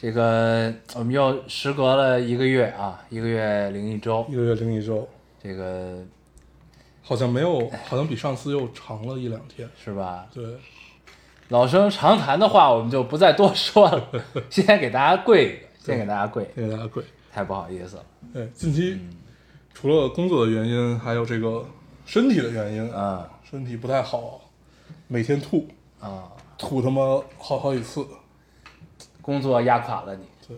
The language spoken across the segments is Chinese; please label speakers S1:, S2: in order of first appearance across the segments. S1: 这个我们又时隔了一个月啊，一个月零一周，
S2: 一个月零一周，
S1: 这个
S2: 好像没有，好像比上次又长了一两天。
S1: 是吧？
S2: 对，
S1: 老生常谈的话，我们就不再多说了。 先给大家跪一个，先给大家跪，
S2: 谢谢大家跪。
S1: 太不好意思了。
S2: 对，近期
S1: 嗯
S2: 除了工作的原因，还有这个身体的原因啊，
S1: 嗯
S2: 身体不太好，每天吐，
S1: 啊、
S2: 吐他妈好好几次。
S1: 工作压垮了你，
S2: 对，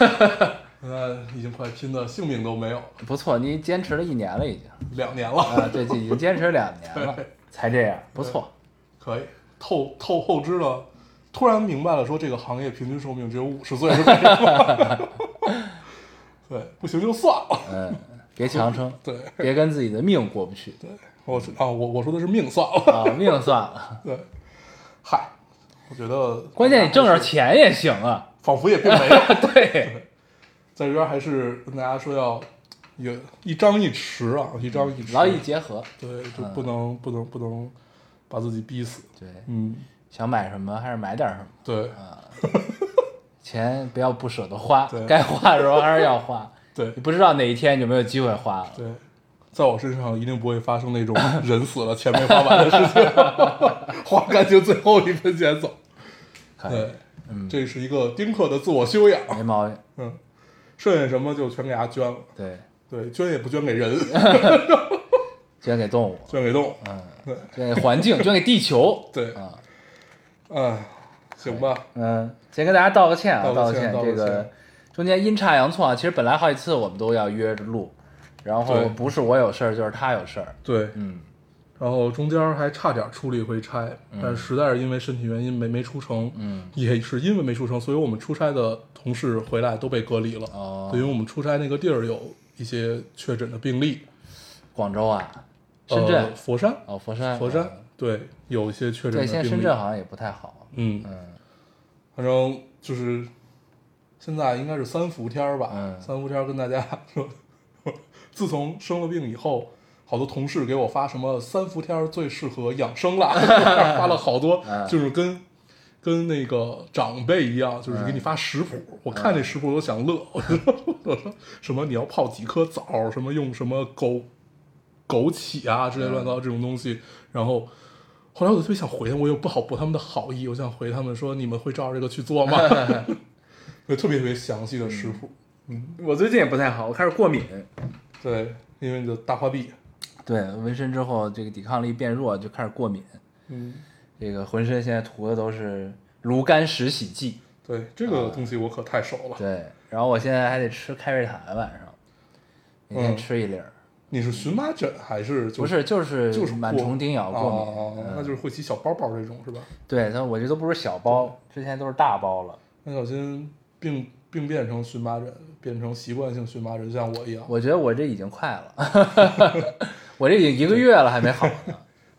S2: 现在已经快拼的性命都没有，
S1: 不错，你坚持了一年了已经。
S2: 两年了，
S1: 啊，对，这已经坚持两年了，才这样，不错。
S2: 可以透透后知了。突然明白了，说这个行业平均寿命只有五十岁是为什么？对，不行就算了。
S1: 嗯，别强撑，
S2: 对，
S1: 别跟自己的命过不去
S2: 我是啊，我我说的是命算了。
S1: 啊，命算了。
S2: 对，嗨，我觉得
S1: 关键你挣点钱也行 啊。
S2: 仿佛也并没有
S1: 对，
S2: 在这边还是跟大家说要有一张一弛啊，一张一弛，
S1: 劳逸结合。
S2: 对，就不能不能不能把自己逼死。
S1: 对，
S2: 嗯，
S1: 想买什么还是买点什么，
S2: 对
S1: 啊钱不要不舍得花
S2: 对，
S1: 该花的时候还是要花。
S2: 对
S1: 你不知道哪一天你就没有机会花了。
S2: 对，啊在我身上一定不会发生那种 人死了钱没花完的事情， 花干净最后一分钱走。
S1: 可以
S2: 对，，这是一个丁克的自我修养。
S1: 没毛病。
S2: 嗯，剩下什么就全给大家捐了。
S1: 对，
S2: 对，捐也不捐给 人，
S1: 捐给动物，
S2: 捐给动物。
S1: 嗯，
S2: 对
S1: 捐给环境，捐给地球。
S2: 对，
S1: 啊，
S2: 哎，行吧，
S1: 嗯，先跟大家道个歉啊，
S2: 道
S1: 个
S2: 个歉道个
S1: 这个
S2: 歉
S1: 中间阴差阳错啊，其实本来好几次我们都要约着录，然后
S2: 对
S1: 不是我有事儿，就是他有事儿。
S2: 对，
S1: 嗯，
S2: 然后中间还差点出了一回差，但是实在是因为身体原因没没出成，
S1: 嗯，
S2: 也是因为没出成，所以我们出差的同事回来都被隔离了，
S1: 哦
S2: 对，因为我们出差那个地儿有一些确诊的病例，
S1: 广州啊，深圳、
S2: 呃、佛山、
S1: 哦，佛山，
S2: 佛山
S1: 嗯，
S2: 对，有一些确诊的
S1: 对，
S2: 病
S1: 现
S2: 例，
S1: 在深圳好像也不太好。
S2: 嗯，
S1: 嗯，
S2: 反正就是现在应该是三伏天儿吧，
S1: 嗯
S2: 三伏天儿跟大家 说，自从生了病以后，好多同事给我发什么三伏天儿最适合养生啦， 发了好多，
S1: 嗯
S2: 就是跟。跟那个长辈一样，就是
S1: 嗯
S2: 给你发食谱，我看这食谱我都想乐。我说我说什么你要泡几颗枣，什么用什么枸枸杞啊之类
S1: 嗯
S2: 乱七八糟这种东西，然后后来我就特别想回他们，我又不好驳他们的好意，我想回他们说你们会照着这个去做吗？ 对，特别特别详细的食谱。
S1: 嗯我最近也不太好，我开始过敏。
S2: 对，因为你的大花臂，
S1: 对，纹身之后这个抵抗力变弱，就开始过敏。
S2: 嗯，
S1: 这个浑身现在涂的都是炉甘石洗剂。
S2: 对这个东西我可太熟了。
S1: 啊对，然后我现在还得吃开胃痰，晚上每天
S2: 嗯
S1: 吃一粒儿。
S2: 你是荨麻疹还是就
S1: 不是，就是
S2: 就是
S1: 螨虫叮咬过敏。嗯
S2: 敏，哦那就是会起小包包这种是吧？
S1: 对，但我这都不是小包，之前都是大包了。
S2: 那小心病病变成荨麻疹，变成习惯性荨麻疹，像我一样
S1: 我觉得我这已经快 了，我这已经一个月了还没好呢。
S2: 啊。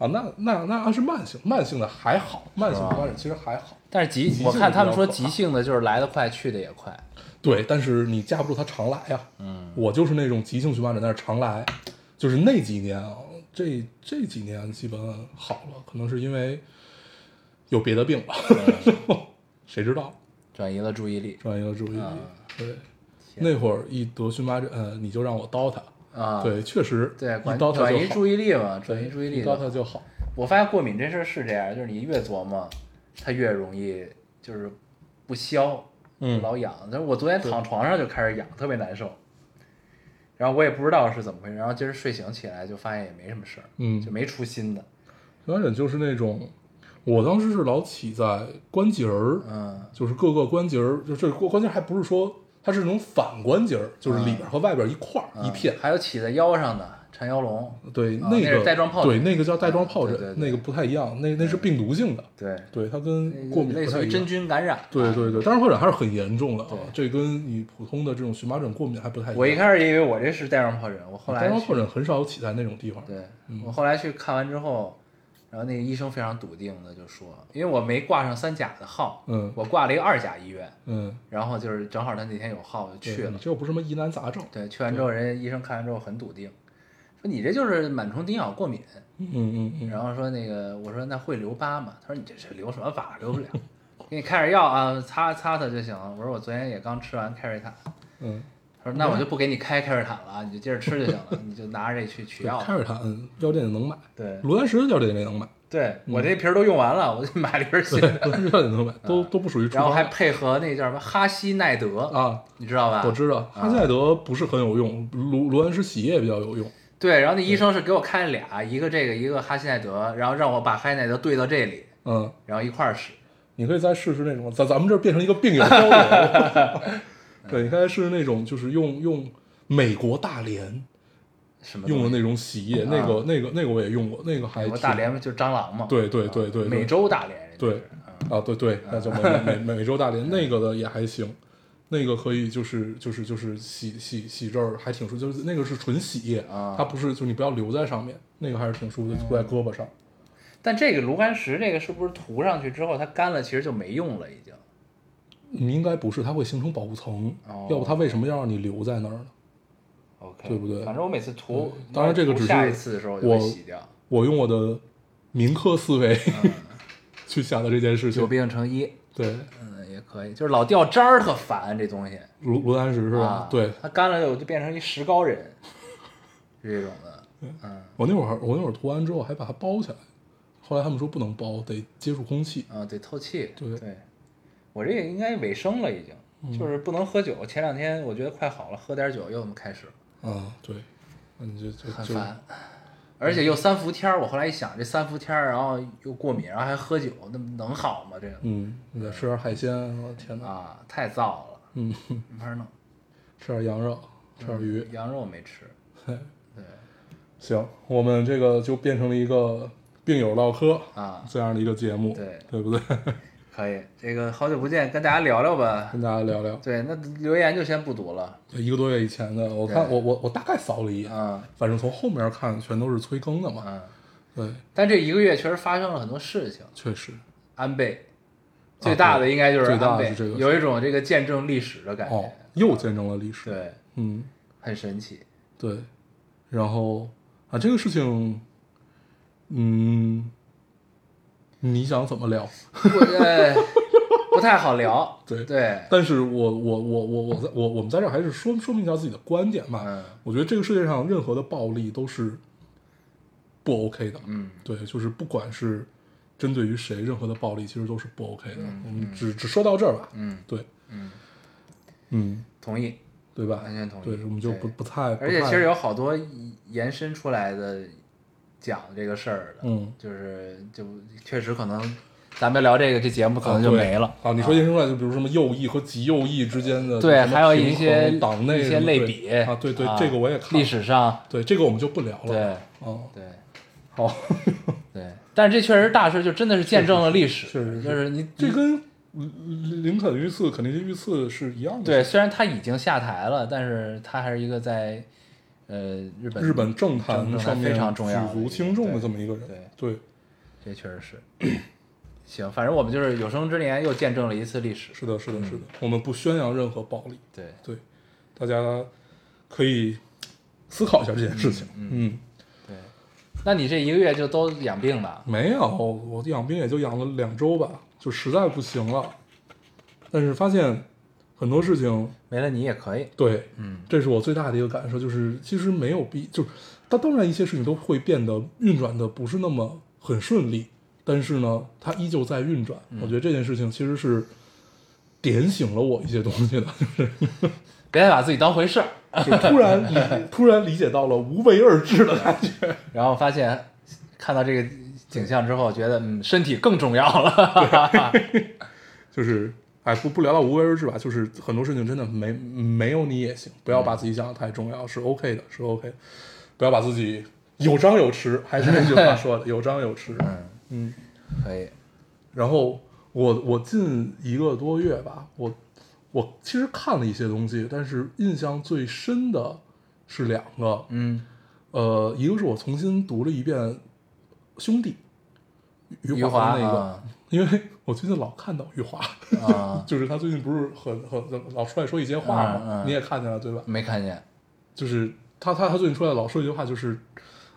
S2: 那那那是慢性，慢性的还好，慢性荨麻疹其实还好。
S1: 但是
S2: 急
S1: 急，
S2: 性
S1: 我看他们说
S2: 比较可
S1: 急
S2: 怕
S1: 性的就是来得快，去得也快。
S2: 对，但是你架不住它常来呀、嗯，我就是那种急性荨麻疹，但是常来，就是那几年啊，这这几年基本好了，可能是因为有别的病吧，
S1: 嗯
S2: 谁知道？
S1: 转移了注意力
S2: 转移了注意力。
S1: 啊
S2: 对，那会儿一得荨麻疹，呃你就让我叨它。
S1: 啊，
S2: 对，确实，
S1: 对，
S2: 一
S1: 管
S2: 叨它
S1: 转移
S2: 就好
S1: 注。意力嘛，转移注意力
S2: 一
S1: 就
S2: 叨
S1: 好。
S2: 它就好。
S1: 我发现过敏这事儿是这样，就是你越琢磨，它越容易就是不消，
S2: 嗯
S1: 老痒。但是我昨天躺床上就开始痒，特别难受。然后我也不知道是怎么回事，然后今儿睡醒起来就发现也没什么事儿，
S2: 嗯
S1: 就没出新的，
S2: 荨麻疹就是那种，我当时是老起在关节儿，
S1: 嗯，
S2: 就是各个关节儿，就这关关节儿还不
S1: 嗯
S2: 是说它是那种反关节儿，就是里边儿和外边儿一块儿、一片。
S1: 还有起在腰上的，缠腰龙，
S2: 对，
S1: 嗯啊那
S2: 那
S1: 是
S2: 个
S1: 带状疱疹嗯
S2: 对，那个叫带状疱
S1: 对对
S2: 疹，
S1: 对
S2: 那个不太一样，那那是病毒性的，
S1: 对，
S2: 对，它跟过敏
S1: 类
S2: 不
S1: 似
S2: 太
S1: 于
S2: 一
S1: 真
S2: 样。
S1: 菌感染。
S2: 对对对，当然疱疹还是很严重的啊
S1: 对，
S2: 这跟你普通的这种荨麻疹过敏还不太一样。啊
S1: 我一开始以为我这是带状疱疹，我后来
S2: 带状
S1: 去
S2: 疱疹很少起在那种地方。
S1: 对
S2: 嗯
S1: 我后来去看完之后，然后那个医生非常笃定的就说，因为我没挂上三甲的号，
S2: 嗯
S1: 我挂了一个二甲医院，
S2: 嗯，
S1: 然后就是正好他那天有号我就
S2: 对
S1: 去
S2: 你
S1: 了，
S2: 这又不是什么疑难杂症。
S1: 对，去完之后人家医生看完之后很笃定，说你这就是螨虫叮咬过敏，
S2: 嗯嗯嗯，
S1: 然后说那个我说那会留疤吗？他说你这是留什么疤，留不了。 给你开点药啊，擦擦擦就行了。我说我昨天也刚吃完开瑞坦，
S2: 嗯，
S1: 他说那我就不给你开开瑞坦了啊，你就接着吃就行了，你就拿着这去取
S2: 对
S1: 药。
S2: 开尔坦药店也能买，
S1: 对，
S2: 罗丹石药店也能买，
S1: 对
S2: 嗯
S1: 我这瓶儿都用完了， 我就买了一瓶儿新
S2: 对，
S1: 的，
S2: 罗丹石药店也能买，都都不属于处
S1: 嗯 然后
S2: 方
S1: 还
S2: 药。
S1: 配合那叫什么哈希奈德，
S2: 啊，
S1: 你知道吧？
S2: 我知道哈基艾德不是很有用，罗罗丹石洗液比较有用。
S1: 对，然后那医生是给我开了俩，一个这个，一个哈希奈德，然后让我把哈希奈德兑到这里，
S2: 嗯，
S1: 然后一块儿使。
S2: 你可以再试试那种，咱咱们这儿变成一个病友交流。 对，你可以再试试那种，就是用用美国大连
S1: 什么东西啊
S2: 用的那种洗液，那个那个那个我也用过，那个还
S1: 美
S2: 挺
S1: 国大连就是蟑螂嘛？
S2: 对对对对对
S1: 美洲大连人家
S2: 对
S1: 是嗯
S2: 啊，对对，那叫美美美洲大连那个的也还行，那个可以就是就是就是洗洗洗这儿还挺舒服，就是那个是纯洗液，
S1: 啊
S2: 它不是就你不要留在上面，那个还是挺舒服的，涂在胳膊上。
S1: 但这个炉甘石这个是不是涂上去之后它干了，其实就没用了，已经。
S2: 你应该不是，它会形成保护层，
S1: 哦
S2: 要不它为什么要让你留在那儿呢？
S1: OK，
S2: 对不对
S1: 反正我每次涂，
S2: 嗯当然这个只是
S1: 下一次的时候就
S2: 我
S1: 会洗掉。
S2: 我用我的民科思维、
S1: 嗯
S2: 去想的这件事
S1: 久
S2: 情。
S1: 病成医，
S2: 对，
S1: 嗯，也可以，就是老掉渣儿特烦这东西。
S2: 卢卢丹石是吧
S1: 啊？
S2: 对
S1: 它干了我就变成一石膏人，是这种的。嗯
S2: 我那会儿我那会儿涂完之后还把它包起来，后来他们说不能包，得接触空气。
S1: 啊，得透气。
S2: 对
S1: 我这也应该尾声了，已经、就是不能喝酒。前两天我觉得快好了，喝点酒又他妈开始了，
S2: 啊，对，那你就就
S1: 很
S2: 就
S1: 烦。而且又三伏天儿，我后来一想，这三伏天儿，然后又过敏，然后还喝酒，那能好吗？这个、
S2: 嗯，你再吃点海鲜，我的天哪，
S1: 啊，太燥了，
S2: 嗯，
S1: 没法弄。
S2: 吃点羊肉，
S1: 嗯
S2: 吃点鱼，
S1: 羊肉没吃，对，
S2: 行，我们这个就变成了一个病友唠嗑
S1: 啊
S2: 这样的一个节目，
S1: 对
S2: 对不 对？
S1: 可以。这个好久不见，跟大家聊聊吧。
S2: 跟大家聊聊
S1: 对，那留言就先不读了。
S2: 一个多月以前的，我看
S1: 对
S2: 我我我大概扫了一眼，
S1: 嗯
S2: 反正从后面看全都是催更的嘛，
S1: 嗯，
S2: 对，
S1: 但这一个月确实发生了很多事情。
S2: 确实，
S1: 安倍，最大的应该就是
S2: 啊最大
S1: 安
S2: 的
S1: 倍，
S2: 是这个
S1: 有一种这个见证历史的感觉，
S2: 哦，又见证了历史，
S1: 对，
S2: 嗯，
S1: 很神奇。
S2: 对，然后啊，这个事情，嗯，你想怎么聊？
S1: 我呃不太好聊，
S2: 对
S1: 对，
S2: 但是我我我我我在我我们在这儿还是说说明一下自己的观点吧。
S1: 嗯
S2: 我觉得这个世界上任何的暴力都是不 OK 的。
S1: 嗯，
S2: 对，就是不管是针对于谁，任何的暴力其实都是不 OK 的。我们只只说到这儿吧。
S1: 嗯，
S2: 对，
S1: 嗯
S2: 嗯，
S1: 同意。
S2: 对吧？
S1: 完全同意
S2: 对，我们就不
S1: 对
S2: 不太，
S1: 而且
S2: 不太
S1: 其实有好多延伸出来的讲这个事儿的，
S2: 嗯
S1: 就是就确实可能咱们聊这个这节目可能就
S2: 啊对
S1: 没了。
S2: 啊！你说延伸出来，就比如什么右翼和极右翼之间的
S1: 对，
S2: 什么
S1: 还有一
S2: 平衡
S1: 些
S2: 党内
S1: 一
S2: 什
S1: 些
S2: 么
S1: 类
S2: 对
S1: 比
S2: 啊，对对，这个我也看了
S1: 历，史上，
S2: 对这个我们就不聊了。
S1: 对
S2: 哦，
S1: 对，
S2: 好，
S1: 对，但是这确实是大事，就真的是见证了历史，
S2: 是是是
S1: 就是你
S2: 这跟林林肯遇刺、肯尼迪遇刺是一样的。
S1: 对，，虽然他已经下台了，但是他还是一个在呃日本
S2: 日本政坛上面
S1: 非常重要的
S2: 举足轻重的这么一个人。对
S1: 这确实是。 行，反正我们就是有生之年又见证了一次历史。
S2: 是的，是的，是的，我们不宣扬任何暴力。
S1: 对，
S2: 对，大家可以思考一下这件事情。嗯，
S1: 那你这一个月就都养病了？
S2: 没有，我养病也就养了两周吧，就实在不行了。但是发现很多事情
S1: 没了你也可以。
S2: 对，
S1: 嗯，
S2: 这是我最大的一个感受，就是其实没有必，就是它当然一些事情都会变得运转的不是那么很顺利，但是呢，它依旧在运转。我觉得这件事情其实是点醒了我一些东西的，就是
S1: 别太把自己当回事儿，
S2: 就突然理突然理解到了无为而治的感觉。
S1: 然后发现看到这个景象之后，觉得嗯，身体更重要了。
S2: 就是哎，不不聊到无为而治吧，就是很多事情真的没没有你也行，不要把自己想的太重要，是 OK 的，是 OK 的。不要把自己有张有弛，还是那句话说的，有张有弛。
S1: 嗯，
S2: 嗯，
S1: 可以，
S2: 然后我我近一个多月吧，我我其实看了一些东西，但是印象最深的是两个，
S1: 嗯，
S2: 呃，一个是我重新读了一遍《兄弟》余
S1: 余
S2: 华嗯
S1: 华
S2: 的那个，
S1: 啊
S2: 因为我最近老看到余华，
S1: 啊，
S2: 就是他最近不是很很老出来说一些话嘛，
S1: 嗯嗯
S2: 你也看见了对吧？
S1: 没看见，
S2: 就是他他他最近出来老说一句话，就是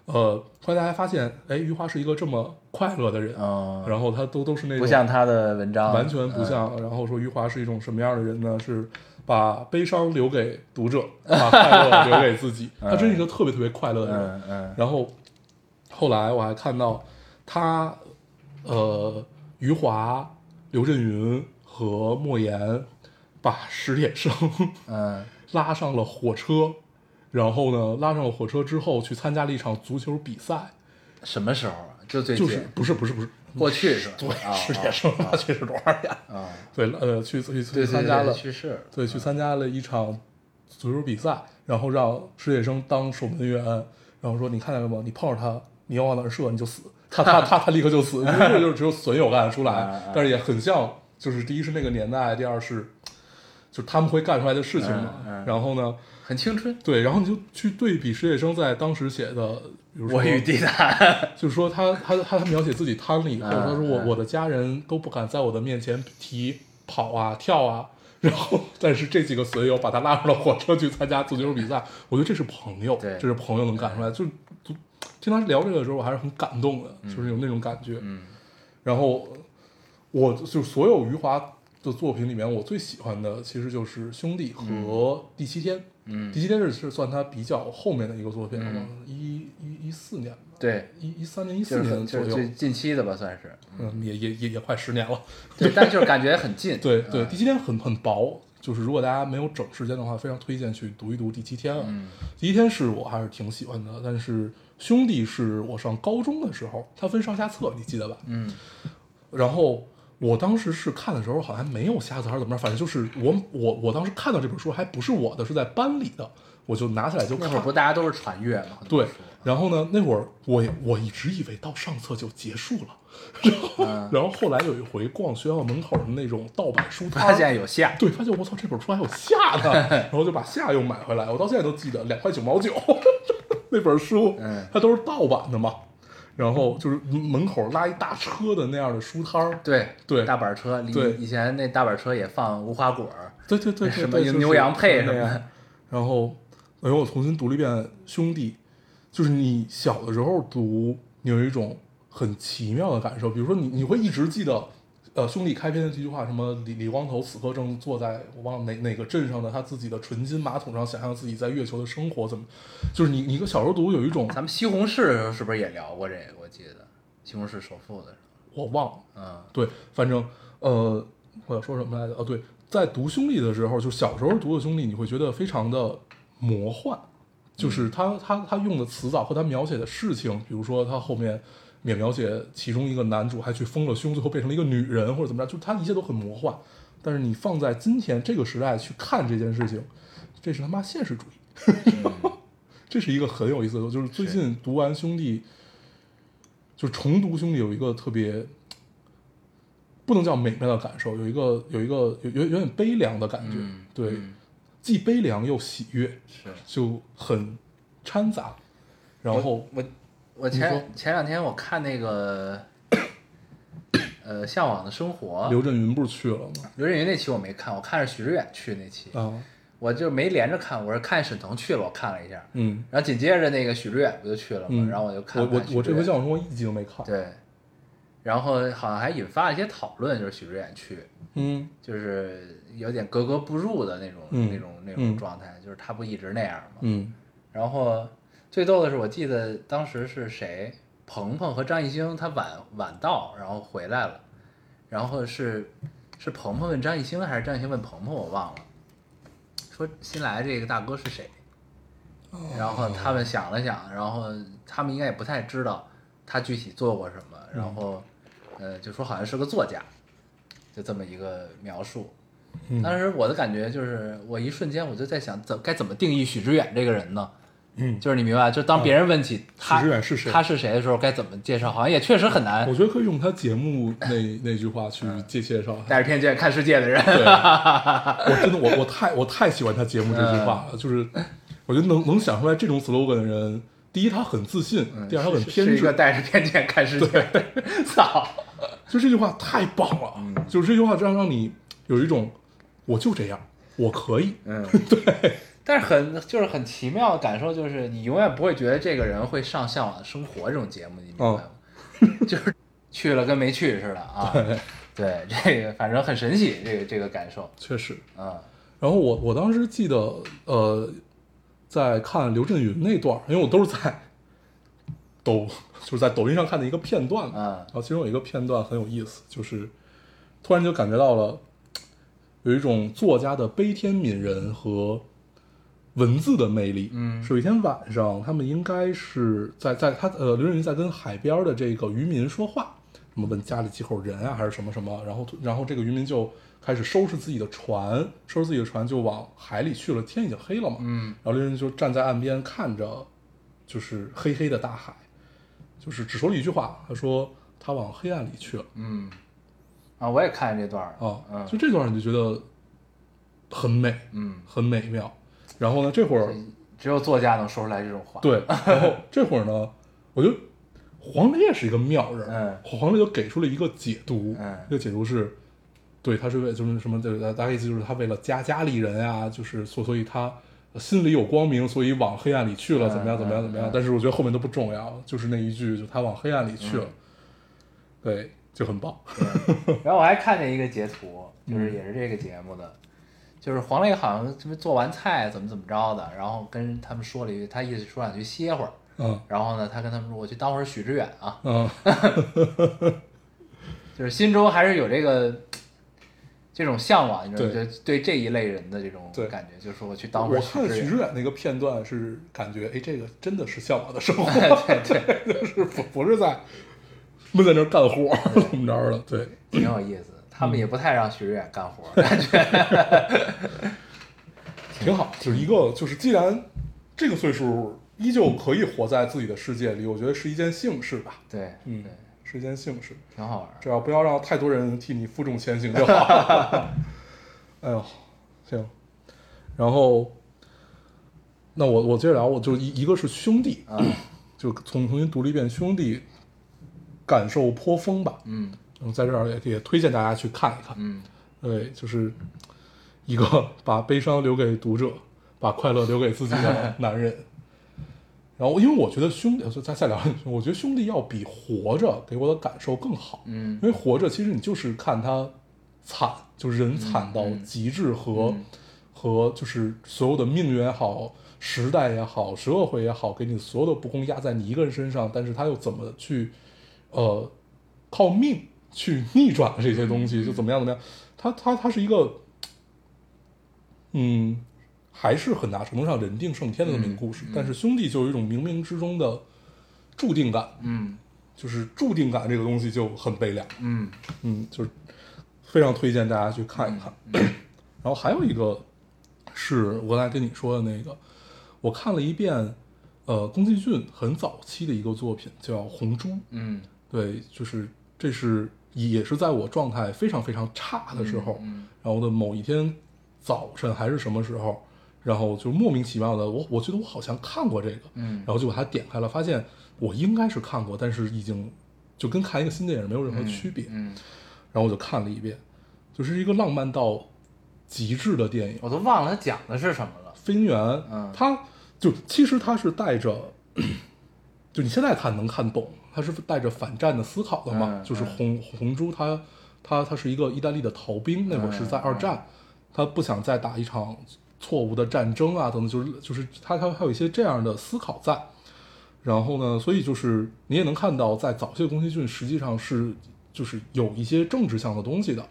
S2: 呃，突然大家发现，哎，余华是一个这么快乐的人，
S1: 嗯，
S2: 然后他都都是那
S1: 不
S2: 种
S1: 像嗯他的文章，
S2: 完全不像。然后说余华是一种什么样的人呢？是把悲伤留给读者，把快乐留给自己。他真是一个特别特别快乐的人。
S1: 嗯，嗯
S2: 然后后来我还看到他，呃，余华、刘震云和莫言把史铁生
S1: 嗯 嗯，
S2: 拉上了火车，然后呢，拉上了火车之后去参加了一场足球比赛，
S1: 什么时候啊？就最
S2: 就
S1: 近，
S2: 是不是不是不是。
S1: 过去是吧？
S2: 对，
S1: 啊
S2: 史铁生他去世多少年？
S1: 啊，啊
S2: 对，呃，去去去
S1: 对对
S2: 参
S1: 对
S2: 加了
S1: 对，去世了，
S2: 对，去参加了一场足球比赛，然后让史铁生当守门员，然后说你看见了吗？你碰上他，你要往哪儿射你就死，他他他他立刻就死，这就是只有损友干得出
S1: 啊
S2: 来，但是也很像，就是第一是那个年代，第二是就是他们会干出来的事情嘛
S1: 嗯。嗯
S2: 然后呢，
S1: 很青 春。
S2: 对，然后你就去对比史铁生在当时写的，比如说
S1: 我与地坛，
S2: 就是说他他他他描写自己瘫了以后，
S1: 嗯
S2: 他说我
S1: 嗯
S2: 我的家人都不敢在我的面前提跑啊跳啊，然后但是这几个损友把他拉上了火车去参加足球比赛，我觉得这是朋友，
S1: 对嗯
S2: 这是朋友能干出来。就就听他聊这个的时候，我还是很感动的，就是有那种感觉。
S1: 嗯，
S2: 然后我就所有余华的作品里面，我最喜欢的其实就是《兄弟》和《第七天》。
S1: 嗯
S2: 第七天是是算他比较后面的一个作品了吧，
S1: 嗯
S2: 一一一四年吧，
S1: 对，
S2: 一一三年一
S1: 就
S2: 四年
S1: 是
S2: 左
S1: 就
S2: 右，
S1: 是最近期的吧，算是，
S2: 嗯，也也也也快十年了。
S1: 对，但就是感觉很近。
S2: 对对，
S1: 嗯
S2: 第七天很很薄，就是如果大家没有整时间的话，非常推荐去读一读第七天啊。
S1: 嗯
S2: 第七天是我还是挺喜欢的，但是兄弟是我上高中的时候，它分上下册，你记得吧？
S1: 嗯
S2: 然后我当时是看的时候，好像没有瞎子还是怎么着，反正就是我我我当时看到这本书还不是我的，是在班里的，我就拿起来就
S1: 那
S2: 看
S1: 会儿。不大家都是传阅嘛，很多
S2: 对
S1: 书，
S2: 然后呢？那会儿我也我一直以为到上册就结束了，然后、
S1: 嗯
S2: 然后后来有一回逛学校门口的那种盗版书摊，
S1: 发现有下，
S2: 对，发现我操，这本书还有夏 的，然后就把夏又买回来，我到现在都记得两块九毛九 那本书
S1: 嗯，
S2: 它都是盗版的嘛。然后就是门口拉一大车的那样的书摊儿，
S1: 对
S2: 对
S1: 大板车，里
S2: 对
S1: 以前那大板车也放无花果，
S2: 对对对对，
S1: 什么
S2: 对就是
S1: 牛羊配什
S2: 那样
S1: 么，
S2: 然后，然后我重新读了一遍《兄弟》，就是你小的时候读，你有一种很奇妙的感受，比如说你你会一直记得，呃，《兄弟》开篇的这句话，什么李李光头此刻正坐在我忘了哪哪个镇上的他自己的纯金马桶上，想象自己在月球的生活怎么，就是你你小时候读有一种
S1: 咱们西红柿的时候是不是也聊过这个？我记得西红柿首富的时
S2: 我忘了，
S1: 候，嗯
S2: 对，反正呃，我要说什么来着？哦，对，在读《兄弟》的时候，就小时候读的《兄弟》，你会觉得非常的魔幻，就是他他他用的词藻和他描写的事情，比如说他后面也描写其中一个男主还去丰了胸，最后变成了一个女人或者怎么着，就他一切都很魔幻。但是你放在今天这个时代去看这件事情，这是他妈现实主义。 这是一个很有意思的，就是最近读完《兄弟》，就重读《兄弟》有一个特别不能叫美妙的感受，有一个有一个有有有点悲凉的感觉，
S1: 嗯，
S2: 对，
S1: 嗯
S2: 既悲凉又喜悦，
S1: 是。
S2: 就很掺杂。然后
S1: 我我
S2: 你
S1: 前
S2: 说
S1: 前两天我看那个呃《向往的生活》，
S2: 刘震云不是去了吗？
S1: 刘震云那期我没看，我看是许志远去那期，
S2: 啊，
S1: 我就没连着看，我是看沈腾去了，我看了一下，
S2: 嗯
S1: 然后紧接着那个许志远不就去了嘛，
S2: 嗯，
S1: 然后我就看
S2: 我我
S1: 看许
S2: 我这
S1: 志
S2: 回
S1: 远
S2: 《向往生活》一集都没看，
S1: 对，然后好像还引发了一些讨论，就是许志远去，
S2: 嗯
S1: 就是有点格格不入的那种、
S2: 嗯
S1: 那种那
S2: 嗯
S1: 种状态，就是他不一直那样嘛。
S2: 嗯
S1: 然后最逗的是，我记得当时是谁，鹏鹏和张艺兴他晚晚到，然后回来了，然后是是鹏鹏问张艺兴还是张艺兴问鹏鹏，我忘了，说新来这个大哥是谁，
S2: 哦
S1: 然后他们想了想，然后他们应该也不太知道他具体做过什么，
S2: 嗯
S1: 然后呃就说好像是个作家，就这么一个描述。
S2: 嗯
S1: 当时我的感觉就是，我一瞬间我就在想，怎该怎么定义许知远这个人呢？
S2: 嗯
S1: 就是你明白，就当别人问起他、
S2: 许志远是谁
S1: 他是谁的时候，该怎么介绍，好像也确实很难
S2: 我。觉得可以用他节目那 那句话去介介绍他。
S1: 带着偏见看世界 的人，
S2: 对，我真的我我太我太喜欢他节目这句话
S1: 嗯
S2: 了，就是我觉得能能想出来这种 slogan 的人，第一他很自信，第二他很
S1: 嗯是
S2: 偏
S1: 是一个
S2: 执，
S1: 带着偏见看世界的人。 操，
S2: 就这句话太棒了，啊就是这句话让让你有一种我就这样，我可以，
S1: 嗯，对。但是很就是很奇妙的感受，就是你永远不会觉得这个人会上《向往的生活》这种节目，你明白
S2: 哦
S1: 吗？ 就是去了跟没去似的 啊。对，这个反正很神奇，这个这个感受，
S2: 确实。
S1: 嗯
S2: 然后我我当时记得，呃，在看刘震云那段儿，因为我都是在 抖，就是在抖音上看的一个片段嘛。
S1: 嗯
S2: 然后其中有一个片段很有意思，就是突然就感觉到了有一种作家的悲天悯人和文字的魅力。
S1: 嗯
S2: 是有一天晚上，他们应该是在在他呃刘震云在跟海边的这个渔民说话，什么问家里几口人啊，还是什么什么，然后然后这个渔民就开始收拾自己的船，收拾自己的船就往海里去了，天已经黑了嘛。
S1: 嗯
S2: 然后刘震云就站在岸边看着，就是黑黑的大海，就是只说了一句话，他说他往黑暗里去了
S1: 嗯。啊，我也看这段儿
S2: 啊，
S1: 嗯，
S2: 就这段你就觉得很美，
S1: 嗯，
S2: 很美妙。然后呢，这会儿
S1: 只有作家能说出来这种话。，
S2: 对，然后这会儿呢，我觉得黄磊也是一个妙人，
S1: 嗯
S2: 黄磊就给出了一个解读，
S1: 嗯
S2: 这个解读是，对，他是为就是什么，就是大大概意思就是他为了家家里人啊，就是所所以他心里有光明，所以往黑暗里去
S1: 嗯
S2: 了，怎么样怎么样怎么样，但是我觉得后面都不重要，就是那一句，就他往黑暗里去了，
S1: 嗯
S2: 对，就很棒，
S1: 然后我还看见一个截图，
S2: 嗯
S1: 就是也是这个节目的，就是黄磊好像什么做完菜怎么怎么着的，然后跟他们说了一句，他意思说想去歇会儿，
S2: 嗯
S1: 然后呢，他跟他们说我去当会儿许知远啊，
S2: 嗯，
S1: 就是心中还是有这个这种向往，你知道吗
S2: 对
S1: 就对这一类人的这种
S2: 对
S1: 感觉，就是说我去当会
S2: 我
S1: 儿
S2: 看
S1: 知
S2: 许
S1: 远
S2: 知。远那个片段是感觉，哎，这个真的是向往的生活。
S1: 对对，
S2: 是不不是在闷在那儿干活儿怎么着的？对，
S1: 挺有意思。他们也不太让许知远干活，感觉
S2: 挺好，就是一个就是既然这个岁数依旧可以活在自己的世界里，我觉得是一件幸事吧。
S1: 对，
S2: 嗯
S1: 对，
S2: 是一件幸事，
S1: 挺好玩儿。
S2: 只要不要让太多人替你负重前行就好。 哎呦，行，然后那我我接着聊，我就一一个是兄弟，
S1: 啊，
S2: 就重重新读了一遍兄弟，感受颇丰吧。
S1: 嗯
S2: 嗯，在这儿也也推荐大家去看一看。
S1: 嗯，
S2: 对，就是一个把悲伤留给读者，把快乐留给自己的男人。然后，因为我觉得兄弟，就再再聊，我觉得兄弟要比活着给我的感受更好。
S1: 嗯
S2: 因为活着其实你就是看他惨，就是人惨到极致和、和就是所有的命运也好，时代也好，社会也好，给你所有的不公压在你一个人身上，但是他又怎么去呃靠命去逆转这些东西，就怎么样怎么样，他他他是一个嗯。还是很大程度上人定胜天的这么一个故事，但是兄弟就有一种冥冥之中的注定感，
S1: 嗯
S2: 就是注定感这个东西就很悲凉。
S1: 嗯
S2: 嗯，就是非常推荐大家去看一看。
S1: 嗯
S2: 然后还有一个是我刚才跟你说的那个，我看了一遍，呃，宫崎骏很早期的一个作品叫《红猪》，
S1: 嗯
S2: 对，就是这是也是在我状态非常非常差的时候，
S1: 嗯
S2: 然后的某一天早晨还是什么时候，然后就莫名其妙的，我我觉得我好像看过这个，
S1: 嗯
S2: 然后就把它点开了，发现我应该是看过，但是已经就跟看一个新电影没哦有任何区别。
S1: 嗯，
S2: 然后我就看了一遍，就是一个浪漫到极致的电影。
S1: 我都忘了他讲的是什么了。
S2: 飞行员，
S1: 嗯
S2: 他就其实他是带着， 就你现在看能看懂，他是带着反战的思考的嘛。
S1: 嗯
S2: 就是
S1: 嗯
S2: 红红猪他他他是一个意大利的逃兵，那会儿是在
S1: 嗯
S2: 二战，他不想再打一场错误的战争啊等等，就是就是他他还有一些这样的思考在。然后呢，所以就是你也能看到，在早期的宫崎骏实际上是就是有一些政治向的东西的。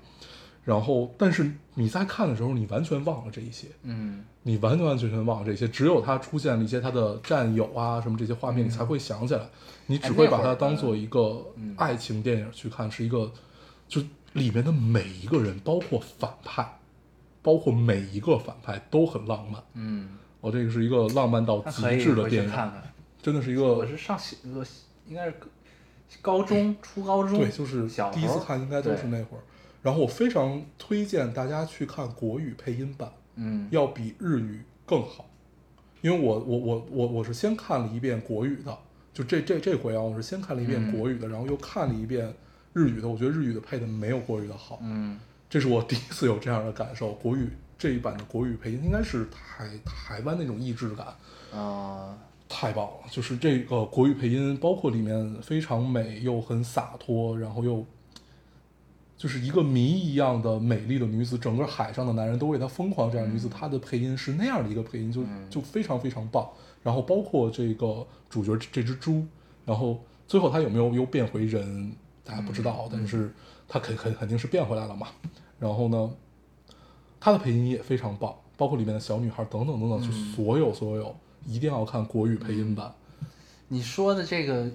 S2: 然后，但是你在看的时候，你完全忘了这一些，
S1: 嗯
S2: 你完完全全忘了这些，只有他出现了一些他的战友啊什么这些画面，你才会想起
S1: 嗯
S2: 来，你
S1: 哎
S2: 只会把它当做一个爱情电影去看，是一个就里面的每一个人，包括反派，包括每一个反派都很浪漫，
S1: 嗯
S2: 哦，这个是一个浪漫到
S1: 他
S2: 极
S1: 可以
S2: 致哦的
S1: 回去
S2: 电影，
S1: 看看。
S2: 真的是一
S1: 我
S2: 个
S1: 是上小，我应该是高中、初高中，
S2: 对，就是
S1: 小
S2: 第一
S1: 时
S2: 次
S1: 候
S2: 看应该都是
S1: 对
S2: 那会儿。然后我非常推荐大家去看国语配音版，
S1: 嗯
S2: 要比日语更好，因为我我我我我是先看了一遍国语的，就这这这回啊，我是先看了一遍
S1: 嗯
S2: 国语的，然后又看了一遍日语的。我觉得日语的配的没有国语的好，
S1: 嗯
S2: 这是我第一次有这样的感受。国语这一版的国语配音应该是台台湾那种意志感，
S1: 啊
S2: 太棒了！就是这个国语配音，包括里面非常美又很洒脱，然后又就是一个谜一样的美丽的女子，整个海上的男人都为她疯狂。这样的女子，她的配音是那样的一个配音，就就非常非常棒。然后包括这个主角这这只猪，然后最后她有没有又变回人，大家不知道，但是她肯肯肯定是变回来了嘛。然后呢，她的配音也非常棒，包括里面的小女孩等等等等，就所有所有一定要看国语配音版。
S1: 你说的这个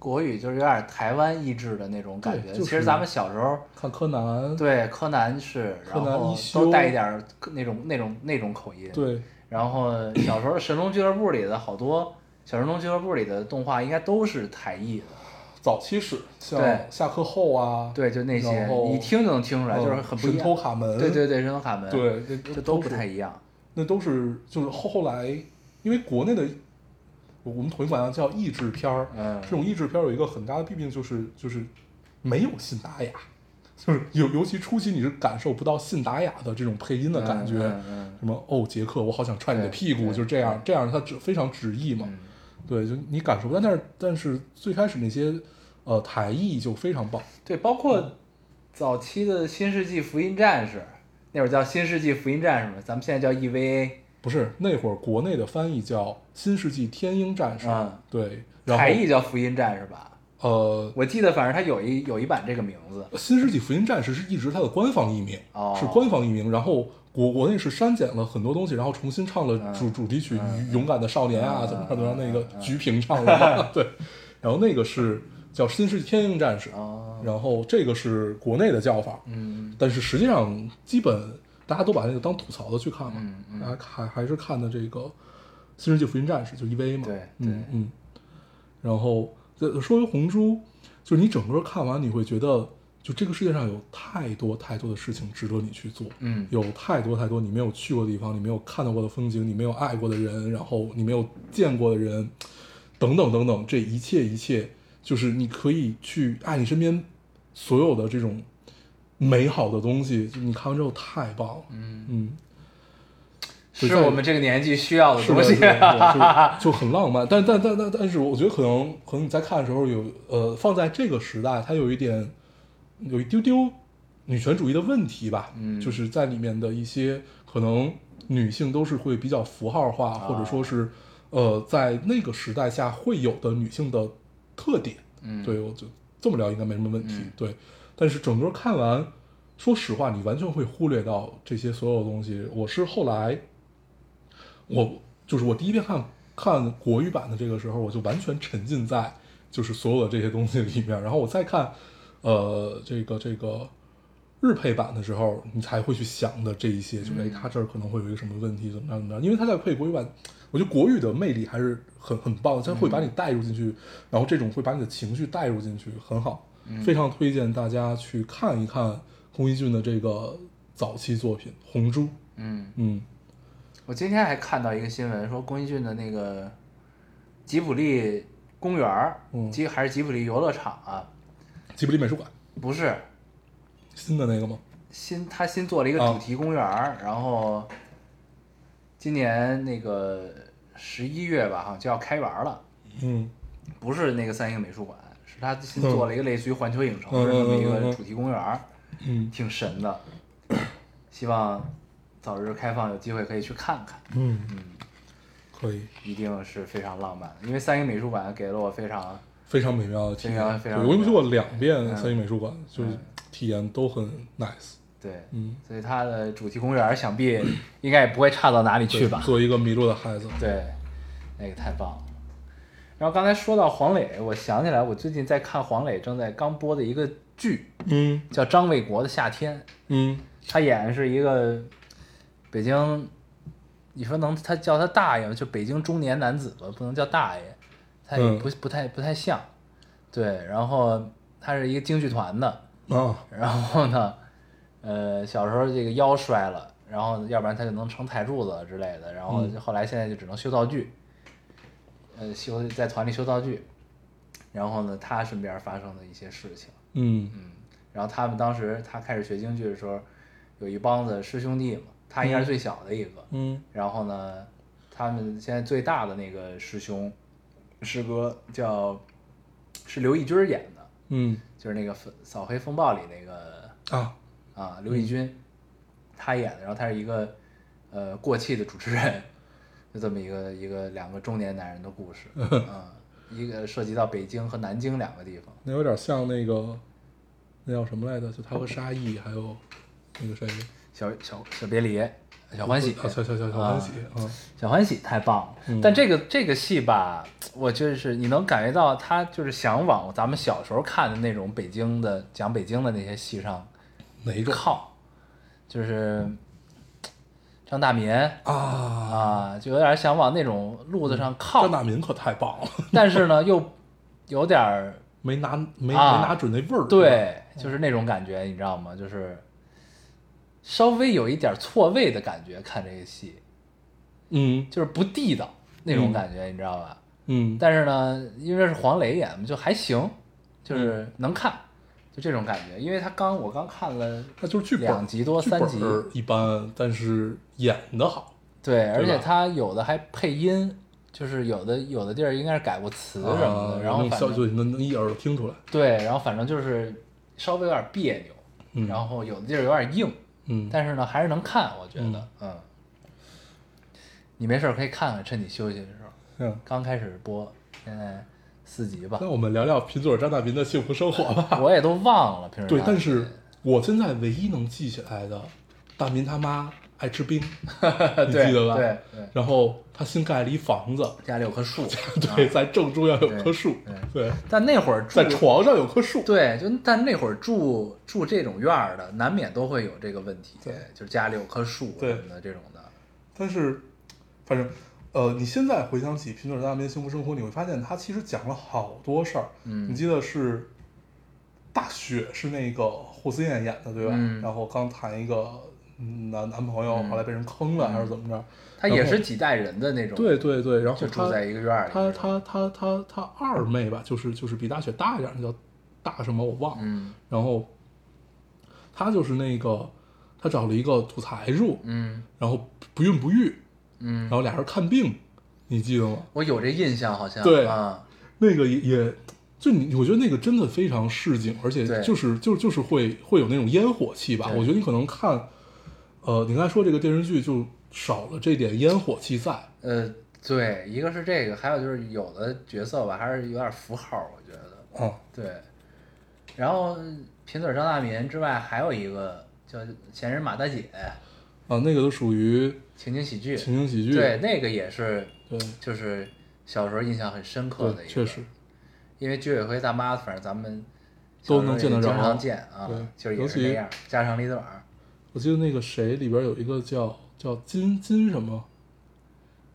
S1: 国语就是有点台湾意志的那种感觉。
S2: 对就是
S1: 其实咱们小时候
S2: 看柯南，
S1: 对柯南是，
S2: 柯
S1: 然
S2: 南一
S1: 后
S2: 休
S1: 都带一点儿那种那种那种口音。，
S2: 对
S1: 然后小时候《神龙俱乐部》里的好多。小神龙俱乐部里的动画应该都是台译的，
S2: 早期是像
S1: 对
S2: 下课后啊，
S1: 对，就那些
S2: 然后
S1: 你一听就能听出来，
S2: 嗯
S1: 就是很不一
S2: 神
S1: 样。
S2: 偷卡门，
S1: 对对对，神偷卡门，，
S2: 对，那
S1: 这都不
S2: 是
S1: 太一样。
S2: 那都是就是后后来，因为国内的我我们统一管它叫译制片儿，
S1: 嗯
S2: 这种译制片儿有一个很大的弊病就是就是没有信达雅，就是尤尤其初期你是感受不到信达雅的这种配音的感觉，
S1: 嗯嗯嗯
S2: 什么哦杰克我好想踹你的
S1: 对
S2: 屁股，
S1: 对
S2: 就是这样这样它只非常直译嘛，
S1: 嗯
S2: 对，就你感受不到，但是但是最开始那些呃台译就非常棒，
S1: 对，包括早期的《新世纪福音战士》，那会儿叫《新世纪福音战士》嘛，咱们现在叫 E EVA，
S2: 不是那会儿国内的翻译叫《新世纪天鹰战士》
S1: 嗯
S2: 对，然
S1: 台
S2: 后
S1: 译叫福音战士吧？
S2: 呃
S1: 我记得反正它有一有一版这个名字。
S2: 《新世纪福音战士》是一直它的官方译名，
S1: 哦
S2: 是官方译名。然后国国内是删减了很多东西，然后重新唱
S1: 嗯
S2: 了主、主题曲《勇敢的少年》啊，怎么怎么样，那个菊萍
S1: 嗯
S2: 唱的嘛， 对。然后那个是叫《新世纪天鹰战士》
S1: 哦
S2: 然后这个是国内的叫法，
S1: 嗯
S2: 但是实际上基本大家都把那个当吐槽的去看嘛，
S1: 嗯嗯
S2: 大家还还是看的这个《新世纪福音战士》就 EVA 嘛，
S1: 对对
S2: 嗯嗯。然后再说回红猪，就是你整个看完你会觉得，就这个世界上有太多太多的事情值得你去做，
S1: 嗯
S2: 有太多太多你没有去过的地方，你没有看到过的风景，你没有爱过的人，然后你没有见过的人，等等等等，这一切一切，就是你可以去爱你身边所有的这种美好的东西，就你看完之后太棒了，嗯嗯，
S1: 是
S2: 对在
S1: 我们这个年纪需要的
S2: 是
S1: 东
S2: 的，
S1: 西
S2: 是。
S1: 啊
S2: 的，就是就很浪漫。但但但但但是，我觉得可能可能你在看的时候有呃，放在这个时代，它有一点有一丢丢女权主义的问题吧，
S1: 嗯
S2: 就是在里面的一些可能女性都是会比较符号化，或者说是呃，在那个时代下会有的女性的特点。
S1: 嗯，
S2: 对，我就这么聊应该没什么问题。
S1: 嗯
S2: 对，但是整个看完，说实话，你完全会忽略到这些所有东西。我是后来，我就是我第一遍看看国语版的这个时候，我就完全沉浸在就是所有的这些东西里面。然后我再看，呃，这个这个。日配版的时候，你才会去想的这一些，就是哎，它这儿可能会有一个什么问题，怎么着怎么着？因为它在配国语版，我觉得国语的魅力还是很很棒的，它会把你带入进去，然后这种会把你的情绪带入进去，很好，
S1: 嗯
S2: 非常推荐大家去看一看宫崎骏的这个早期作品《红猪》。
S1: 嗯，
S2: 嗯，
S1: 我今天还看到一个新闻，说宫崎骏的那个吉卜力公园儿
S2: 嗯
S1: 吉还是吉卜力游乐场啊？
S2: 吉卜力美术馆
S1: 不是，
S2: 新的那个吗？
S1: 新他新做了一个
S2: 啊
S1: 主题公园儿，然后今年那个十一月吧，好像就要开园儿了，
S2: 嗯，
S1: 不是那个三星美术馆，是他新做了一个类似于环球影城
S2: 嗯
S1: 的这么一
S2: 嗯嗯嗯
S1: 个
S2: 嗯
S1: 主题公园儿，
S2: 嗯
S1: 挺神的，希望早日开放，有机会可以去看看，
S2: 嗯，可以，
S1: 一定是非常浪漫的，因为三星美术馆给了我非常
S2: 非常美妙的体
S1: 非常
S2: 验。
S1: 非
S2: 对
S1: 常
S2: 我去
S1: 美妙
S2: 过两遍
S1: 嗯
S2: 三一美术馆，就是
S1: 嗯
S2: 体验都很 nice。
S1: 对，
S2: 嗯，
S1: 所以它的主题公园儿想 必应该也不会差到哪里去
S2: 对
S1: 吧。
S2: 作为一个迷路的孩子，
S1: 对，那个太棒了。然后刚才说到黄磊，我想起来我最近在看黄磊正在刚播的一个剧，
S2: 嗯
S1: 叫《张卫国的夏天》，
S2: 嗯
S1: 他演的是一个北京你说能他叫他大爷吗？就北京中年男子吧，不能叫大爷，他也
S2: 嗯
S1: 不、不太不太像。对，然后他是一个京剧团的，
S2: 啊，
S1: 然后呢，呃，小时候这个腰摔了，然后要不然他就能成台柱子之类的，然后
S2: 嗯
S1: 后来现在就只能修道具，呃，修在团里修道具，然后呢，他身边发生的一些事情，
S2: 嗯
S1: 然后他们当时他开始学京剧的时候，有一帮子师兄弟嘛，他应该是最小的一个，
S2: 嗯
S1: 然后呢，他们现在最大的那个师兄师哥叫是刘奕君儿演的，
S2: 嗯
S1: 就是那个《扫黑风暴》里那个
S2: 啊，
S1: 啊，刘奕君，他演的，然后他是一个呃过气的主持人，就这么一个一个两个中年男人的故 事，嗯，一个涉及到北京和南京两个地方，
S2: 那有点像那个那叫什么来着？就他和沙溢还有那个谁，
S1: 小小小别离，小欢喜，
S2: 啊，小小小小欢喜啊，
S1: 小欢喜太棒了，
S2: 嗯
S1: 但这个这个戏吧，我就是你能感觉到他就是想往咱们小时候看的那种北京的讲北京的那些戏上
S2: 哪一个
S1: 靠，就是张大民
S2: 啊？
S1: 啊，就有点想往那种路子上靠
S2: 张，大民可太棒了，
S1: 但是呢又有点儿
S2: 没拿没没
S1: 啊
S2: 拿准那味儿，
S1: 对，就是那种感觉，你知道吗？就是稍微有一点儿错位的感觉，看这个戏
S2: 嗯
S1: 就是不地道那种感觉，你知道吧？
S2: 嗯，
S1: 但是呢，因为是黄磊演嘛，就还行，就是能看，就这种感觉。因为他刚我刚看了
S2: 他就是剧本
S1: 两集多
S2: 剧本
S1: 三集，
S2: 一般，但是演的好，
S1: 对，而且
S2: 吧
S1: 他有的还配音，就是有的有的地儿应该是改过词什么的，
S2: 啊
S1: 然后
S2: 能
S1: 反
S2: 消
S1: 正
S2: 就能能一耳朵听出来，
S1: 对，然后反正就是稍微有点别扭，
S2: 嗯
S1: 然后有的地儿有点硬，
S2: 嗯，
S1: 但是呢还是能看，我觉得，嗯，你没事儿可以看看，趁你休息的时候，
S2: 嗯，
S1: 刚开始播，现在四集吧
S2: 那，我们聊聊贫嘴张大民的幸福生活 吧。
S1: 我也都忘了平时
S2: 对，
S1: 看
S2: 但
S1: 的
S2: 是我现在唯一能记起来的，大民他妈爱吃冰，你
S1: 对
S2: 记得吧？
S1: 对啊对
S2: 然后他新盖了一房子，
S1: 家里有棵树，
S2: 对，
S1: 啊
S2: 在正中央有棵树，对，
S1: 但那会儿住
S2: 在床上有棵树，
S1: 对，就但那会儿住住这种院儿的，难免都会有这个问题，就是家里有棵树什
S2: 对
S1: 么的这种的，
S2: 但是，反正，呃，你现在回想起《贫嘴大民幸福生活》，你会发现他其实讲了好多事儿。
S1: 嗯
S2: 你记得是大雪是那个霍思燕演的对吧？
S1: 嗯
S2: 然后刚谈一个嗯男男朋友，后来被人坑
S1: 嗯
S2: 了、还是怎么着？
S1: 他
S2: 然
S1: 也
S2: 后
S1: 是几代人的那种，
S2: 对，对对，然后
S1: 就住在一个院儿里
S2: 他
S1: 那种，
S2: 他他他他二妹吧，就是就是比大雪大一点儿，那叫大什么我忘了。
S1: 嗯
S2: 然后他就是那个他找了一个土财主，
S1: 嗯
S2: 然后不孕不育，然
S1: 嗯，
S2: 后俩人看病，你记得吗？
S1: 我有这印象好像，
S2: 对
S1: 啊，
S2: 那个也也，就你，我觉得那个真的非常市井，而且
S1: 对
S2: 就是就就是会会有那种烟火气吧。
S1: 对
S2: 我觉得你可能看，呃，你刚才说这个电视剧就少了这点烟火气在。
S1: 呃，对，一个是这个，还有就是有的角色吧，还是有点符号，我觉得，
S2: 啊，
S1: 对。然后贫嘴张大民之外，还有一个叫闲人马大姐，
S2: 啊，那个都属于
S1: 情景喜剧，
S2: 情景喜剧，
S1: 对，那个也是
S2: 对
S1: 就是小时候印象很深刻的一
S2: 对，
S1: 个，
S2: 确实，
S1: 因为居委会大妈，反正咱们
S2: 都能见得着
S1: 小时候也经常见啊
S2: 对，
S1: 就是也是那样，家长里短儿，
S2: 我记得那个谁里边有一个叫叫金金什么。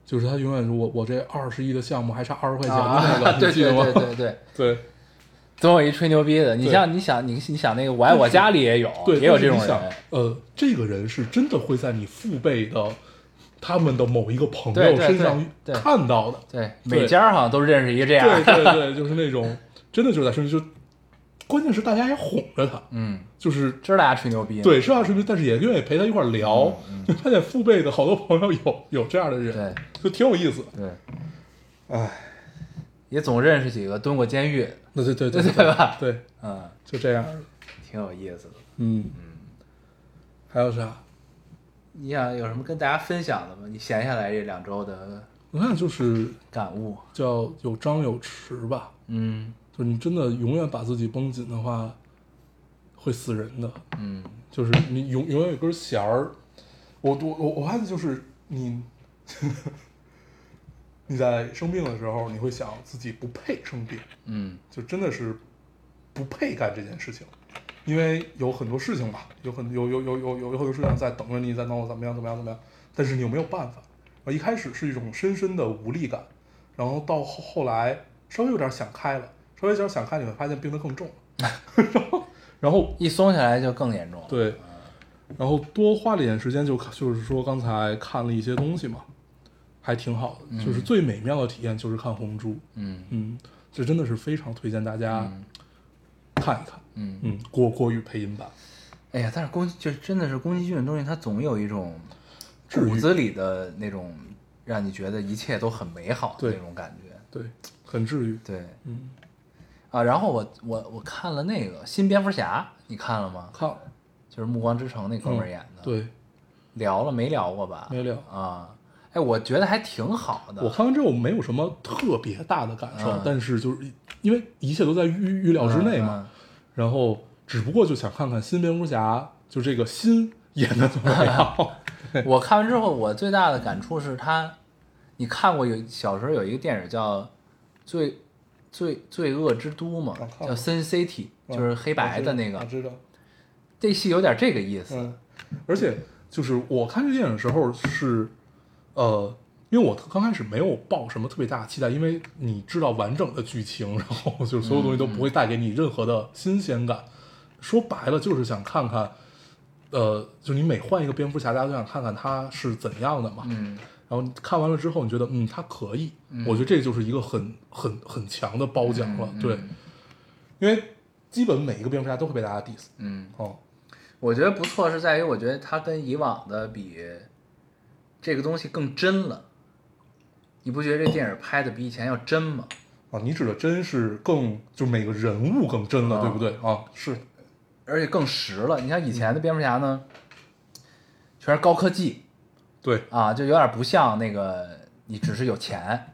S2: 就是他永远说我我这二十亿的项目还差二十块钱的
S1: 啊
S2: 那个，
S1: 对
S2: 你记得
S1: 对
S2: 吗？
S1: 对对对，
S2: 对
S1: 总有一吹牛逼的。你
S2: 对
S1: 像你想你你想那个我爱我家里也有，
S2: 对，
S1: 也有
S2: 但是
S1: 这种
S2: 你想
S1: 人，，
S2: 呃，这个人是真的会在你父辈的他们的某一个朋
S1: 对
S2: 友
S1: 对
S2: 身上
S1: 对对
S2: 看到的。
S1: 对，
S2: 对
S1: 每家好像都认识一个这样，
S2: 对对对， 就是那种真的就是在身边，就关键是大家也哄着他，
S1: 嗯，
S2: 就是
S1: 知道大家吹牛逼呢，
S2: 对，是啊吧？是不是？但是也愿意陪他一块儿聊，就发现父辈的好多朋友有有这样的
S1: 嗯
S2: 人，
S1: 对
S2: 就挺有意思。
S1: 对，哎，也总认识几个蹲过监狱的，
S2: 那对对对
S1: 对吧
S2: 对，
S1: 嗯，
S2: 就这样。
S1: 挺有意思的。
S2: 嗯嗯，还有啥？
S1: 你想有什么跟大家分享的吗？你闲下来这两周的
S2: 我看就是
S1: 感悟，
S2: 叫有张有弛吧，
S1: 嗯
S2: 就是你真的永远把自己绷紧的话，会死人的。
S1: 嗯
S2: 就是你永永远有根弦儿。我我我我发现就是你， 你在生病的时候，你会想自己不配生病，
S1: 嗯
S2: 就真的是不配干这件事情，因为有很多事情吧，有很有有有有有有很多事情在等着你，在等我怎么样怎么样怎么样，但是你又没有办法，啊，一开始是一种深深的无力感，然后到后后来稍微有点想开了，稍微有点想开，你会发现病得更重了。 然后，
S1: 一松下来就更严重了。
S2: 对，然后多花了一点时间就，就是说刚才看了一些东西嘛，还挺好的。就是最美妙的体验就是看红猪，
S1: 嗯
S2: 嗯，这真的是非常推荐大家看一看。
S1: 嗯，
S2: 嗯，国国语配音版，
S1: 哎呀，但是宫就真的是宫崎骏的东西，它总有一种
S2: 治愈
S1: 骨子里的那种让你觉得一切都很美好的
S2: 对
S1: 那种感觉。
S2: 对，很治愈。
S1: 对
S2: 嗯，
S1: 啊，然后我我我看了那个新蝙蝠侠，你看了吗？
S2: 看了，
S1: 就是《暮光之城》那哥们儿演的。，
S2: 嗯对，
S1: 聊了没聊过吧？
S2: 没聊
S1: 啊。哎，我觉得还挺好的。
S2: 我看完之后没有什么特别大的感受，
S1: 嗯
S2: 但是就是因为一切都在预预料之内嘛，
S1: 嗯嗯
S2: 然后只不过就想看看新蝙蝠侠就这个新演的怎么样。
S1: 我看完之后，我最大的感触是他，你看过有小时候有一个电影叫《罪罪罪恶之都》嘛
S2: 我看，过
S1: 叫《Sin City》，就是黑白的那
S2: 我
S1: 个，
S2: 知道，
S1: 这戏有点这个意思。
S2: 嗯，而且就是我看这电影的时候是，呃，因为我刚开始没有抱什么特别大的期待，因为你知道完整的剧情，然后就是所有东西都不会带给你任何的新鲜感。说白了就是想看看，呃，就你每换一个蝙蝠侠，大家都想看看他是怎样的嘛。
S1: 嗯
S2: 然后你看完了之后，你觉得嗯，他可以，我觉得这就是一个很很很强的褒奖了，对，因为基本每一个蝙蝠侠都会被大家 diss
S1: 嗯，
S2: 哦，
S1: 我觉得不错是在于，我觉得它跟以往的比，这个东西更真了。你不觉得这电影拍的比以前要真吗？
S2: 啊，你指的真是更，就每个人物更真了，
S1: 啊
S2: 对不对啊？是，
S1: 而且更实了。你像以前的蝙蝠侠呢，
S2: 嗯
S1: 全是高科技
S2: 对
S1: 啊，就有点不像那个你只是有钱，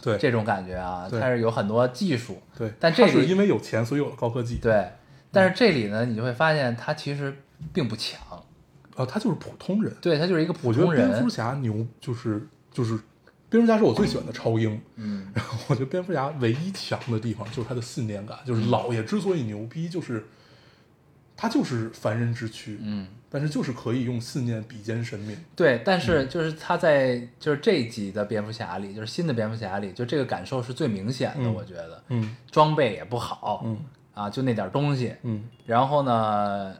S2: 对
S1: 这种感觉啊，
S2: 对
S1: 它是有很多技术，
S2: 对，
S1: 但这
S2: 他是
S1: 里
S2: 因为有钱，所以有了高科技。
S1: 对。但是这里呢，你就会发现他其实并不强，
S2: 啊，他就是普通人。
S1: 对他就是一个普
S2: 我觉得
S1: 通
S2: 蝙
S1: 人
S2: 蝠。侠牛，就是就是蝙蝠侠是我最喜欢的超英。
S1: 嗯
S2: 然后我觉得蝙蝠侠唯一强的地方就是他的信念感，
S1: 嗯
S2: 就是老爷之所以牛逼，就是他就是凡人之躯，
S1: 嗯，
S2: 但是就是可以用信念比肩神明。
S1: 对。但
S2: 嗯
S1: 是就是他在就是这一集的蝙蝠侠里，就是新的蝙蝠侠里，就这个感受是最明显的，
S2: 嗯
S1: 我觉得
S2: 嗯
S1: 装备也不好
S2: 嗯
S1: 啊，就那点东西。
S2: 嗯，
S1: 然后呢，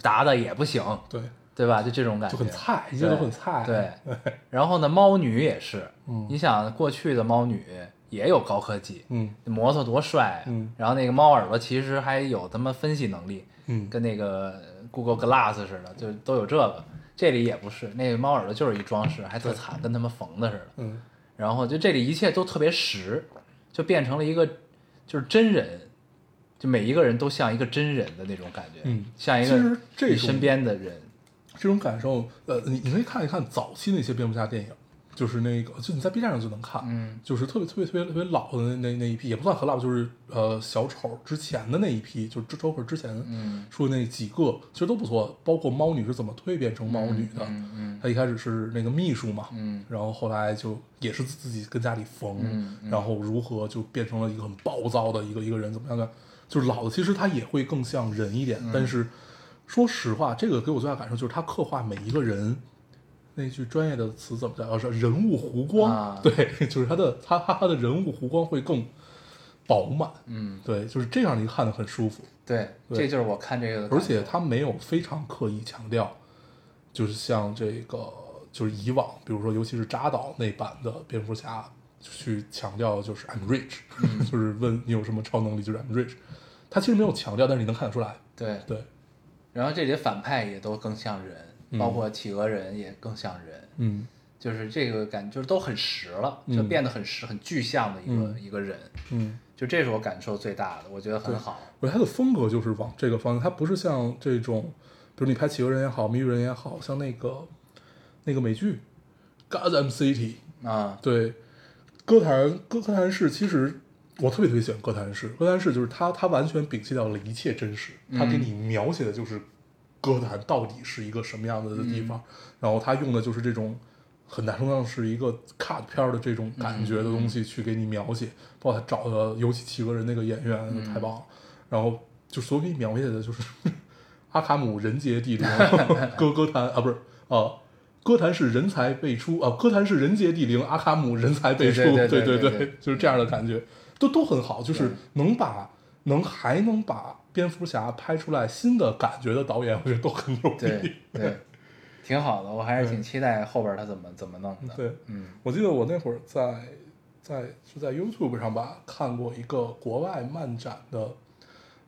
S1: 打的也不行，
S2: 对，
S1: 对吧？就这种感觉，
S2: 就很菜，一切都很菜。
S1: 对，然后呢，猫女也是，
S2: 嗯
S1: 你想过去的猫女也有高科技，
S2: 嗯
S1: 摩托多帅啊、
S2: 嗯
S1: 然后那个猫耳朵其实还有他妈分析能力，
S2: 嗯，
S1: 跟那个 Google Glass 似的，就都有这个。这里也不是，那个猫耳朵就是一装饰，还特惨，跟他妈缝的似的。
S2: 嗯
S1: 然后就这里一切都特别实，就变成了一个就是真人，就每一个人都像一个真人的那种感觉，
S2: 嗯
S1: 像一
S2: 其实
S1: 个
S2: 这
S1: 你
S2: 种
S1: 身边的人，
S2: 这种感受，呃，你你可以看一看早期那些蝙蝠侠电影，就是那个，就你在 B 站上就能看，
S1: 嗯，
S2: 就是特别特别特别特别老的那那那一批，也不算很老，就是呃小丑之前的那一批，就是 Joker 之前
S1: 嗯
S2: 说的那几个，其实都不错，包括猫女是怎么蜕变成猫女的，
S1: 嗯嗯
S2: 她一开始是那个秘书嘛，
S1: 嗯
S2: 然后后来就也是自己跟家里缝，
S1: 嗯
S2: 然后如何就变成了一个很暴躁的一个一个人，怎么样的？就是老的其实他也会更像人一
S1: 嗯
S2: 点，但是说实话，这个给我最大感受就是他刻画每一个人。那句专业的词怎么叫？哦，是人物弧光。
S1: 啊
S2: 对，就是他的他他他的人物弧光会更饱满。
S1: 嗯，
S2: 对，就是这样，你看的很舒服。
S1: 对，
S2: 对
S1: 这就是我看这个的感
S2: 而
S1: 受，
S2: 且他没有非常刻意强调，就是像这个，就是以往，比如说尤其是扎导那版的蝙蝠侠，去强调就是 I'm rich，、就是
S1: 嗯
S2: 问你有什么超能力，就是 I'm rich。他其实没有强调，但是你能看得出来，
S1: 对，
S2: 对，
S1: 然后这里的反派也都更像人，
S2: 嗯
S1: 包括企鹅人也更像人，
S2: 嗯
S1: 就是这个感就是都很实了，
S2: 嗯
S1: 就变得很实很具象的一个、
S2: 嗯
S1: 一个人，
S2: 嗯，
S1: 就这是我感受最大的，我觉得很
S2: 对
S1: 好，
S2: 我觉得他的风格就是往这个方向，他不是像这种，比如你拍企鹅人也好，谜语人也好像那个那个美剧《Gotham City》，
S1: 啊，
S2: 对，哥谭哥哥谭市其实我特别特别喜欢哥谭市，哥谭市就是它它完全摒弃掉了一切真实，它给你描写的就是哥谭到底是一个什么样子的地方，
S1: 嗯
S2: 然后它用的就是这种很难说上是一个 cut 片儿的这种感觉的东西去给你描写，
S1: 嗯
S2: 包括他找的尤其企鹅人那个演员、太棒了，然后就所有给 你 描写的就是阿卡姆人杰地灵，哥哥谭啊不是啊。歌坛是人才辈出啊，歌坛是人杰地灵，阿卡姆人才辈出，
S1: 对对对对
S2: 对
S1: 对
S2: 对，就是这样的感觉，都都很好，就是
S1: 对
S2: 能把能还能把蝙蝠侠拍出来新的感觉的导演，我觉得都很牛逼。
S1: 对对，挺好的，我还是挺期待后边他怎么怎么弄的。
S2: 对
S1: 嗯，
S2: 我记得我那会儿在在是在 YouTube 上吧看过一个国外漫展的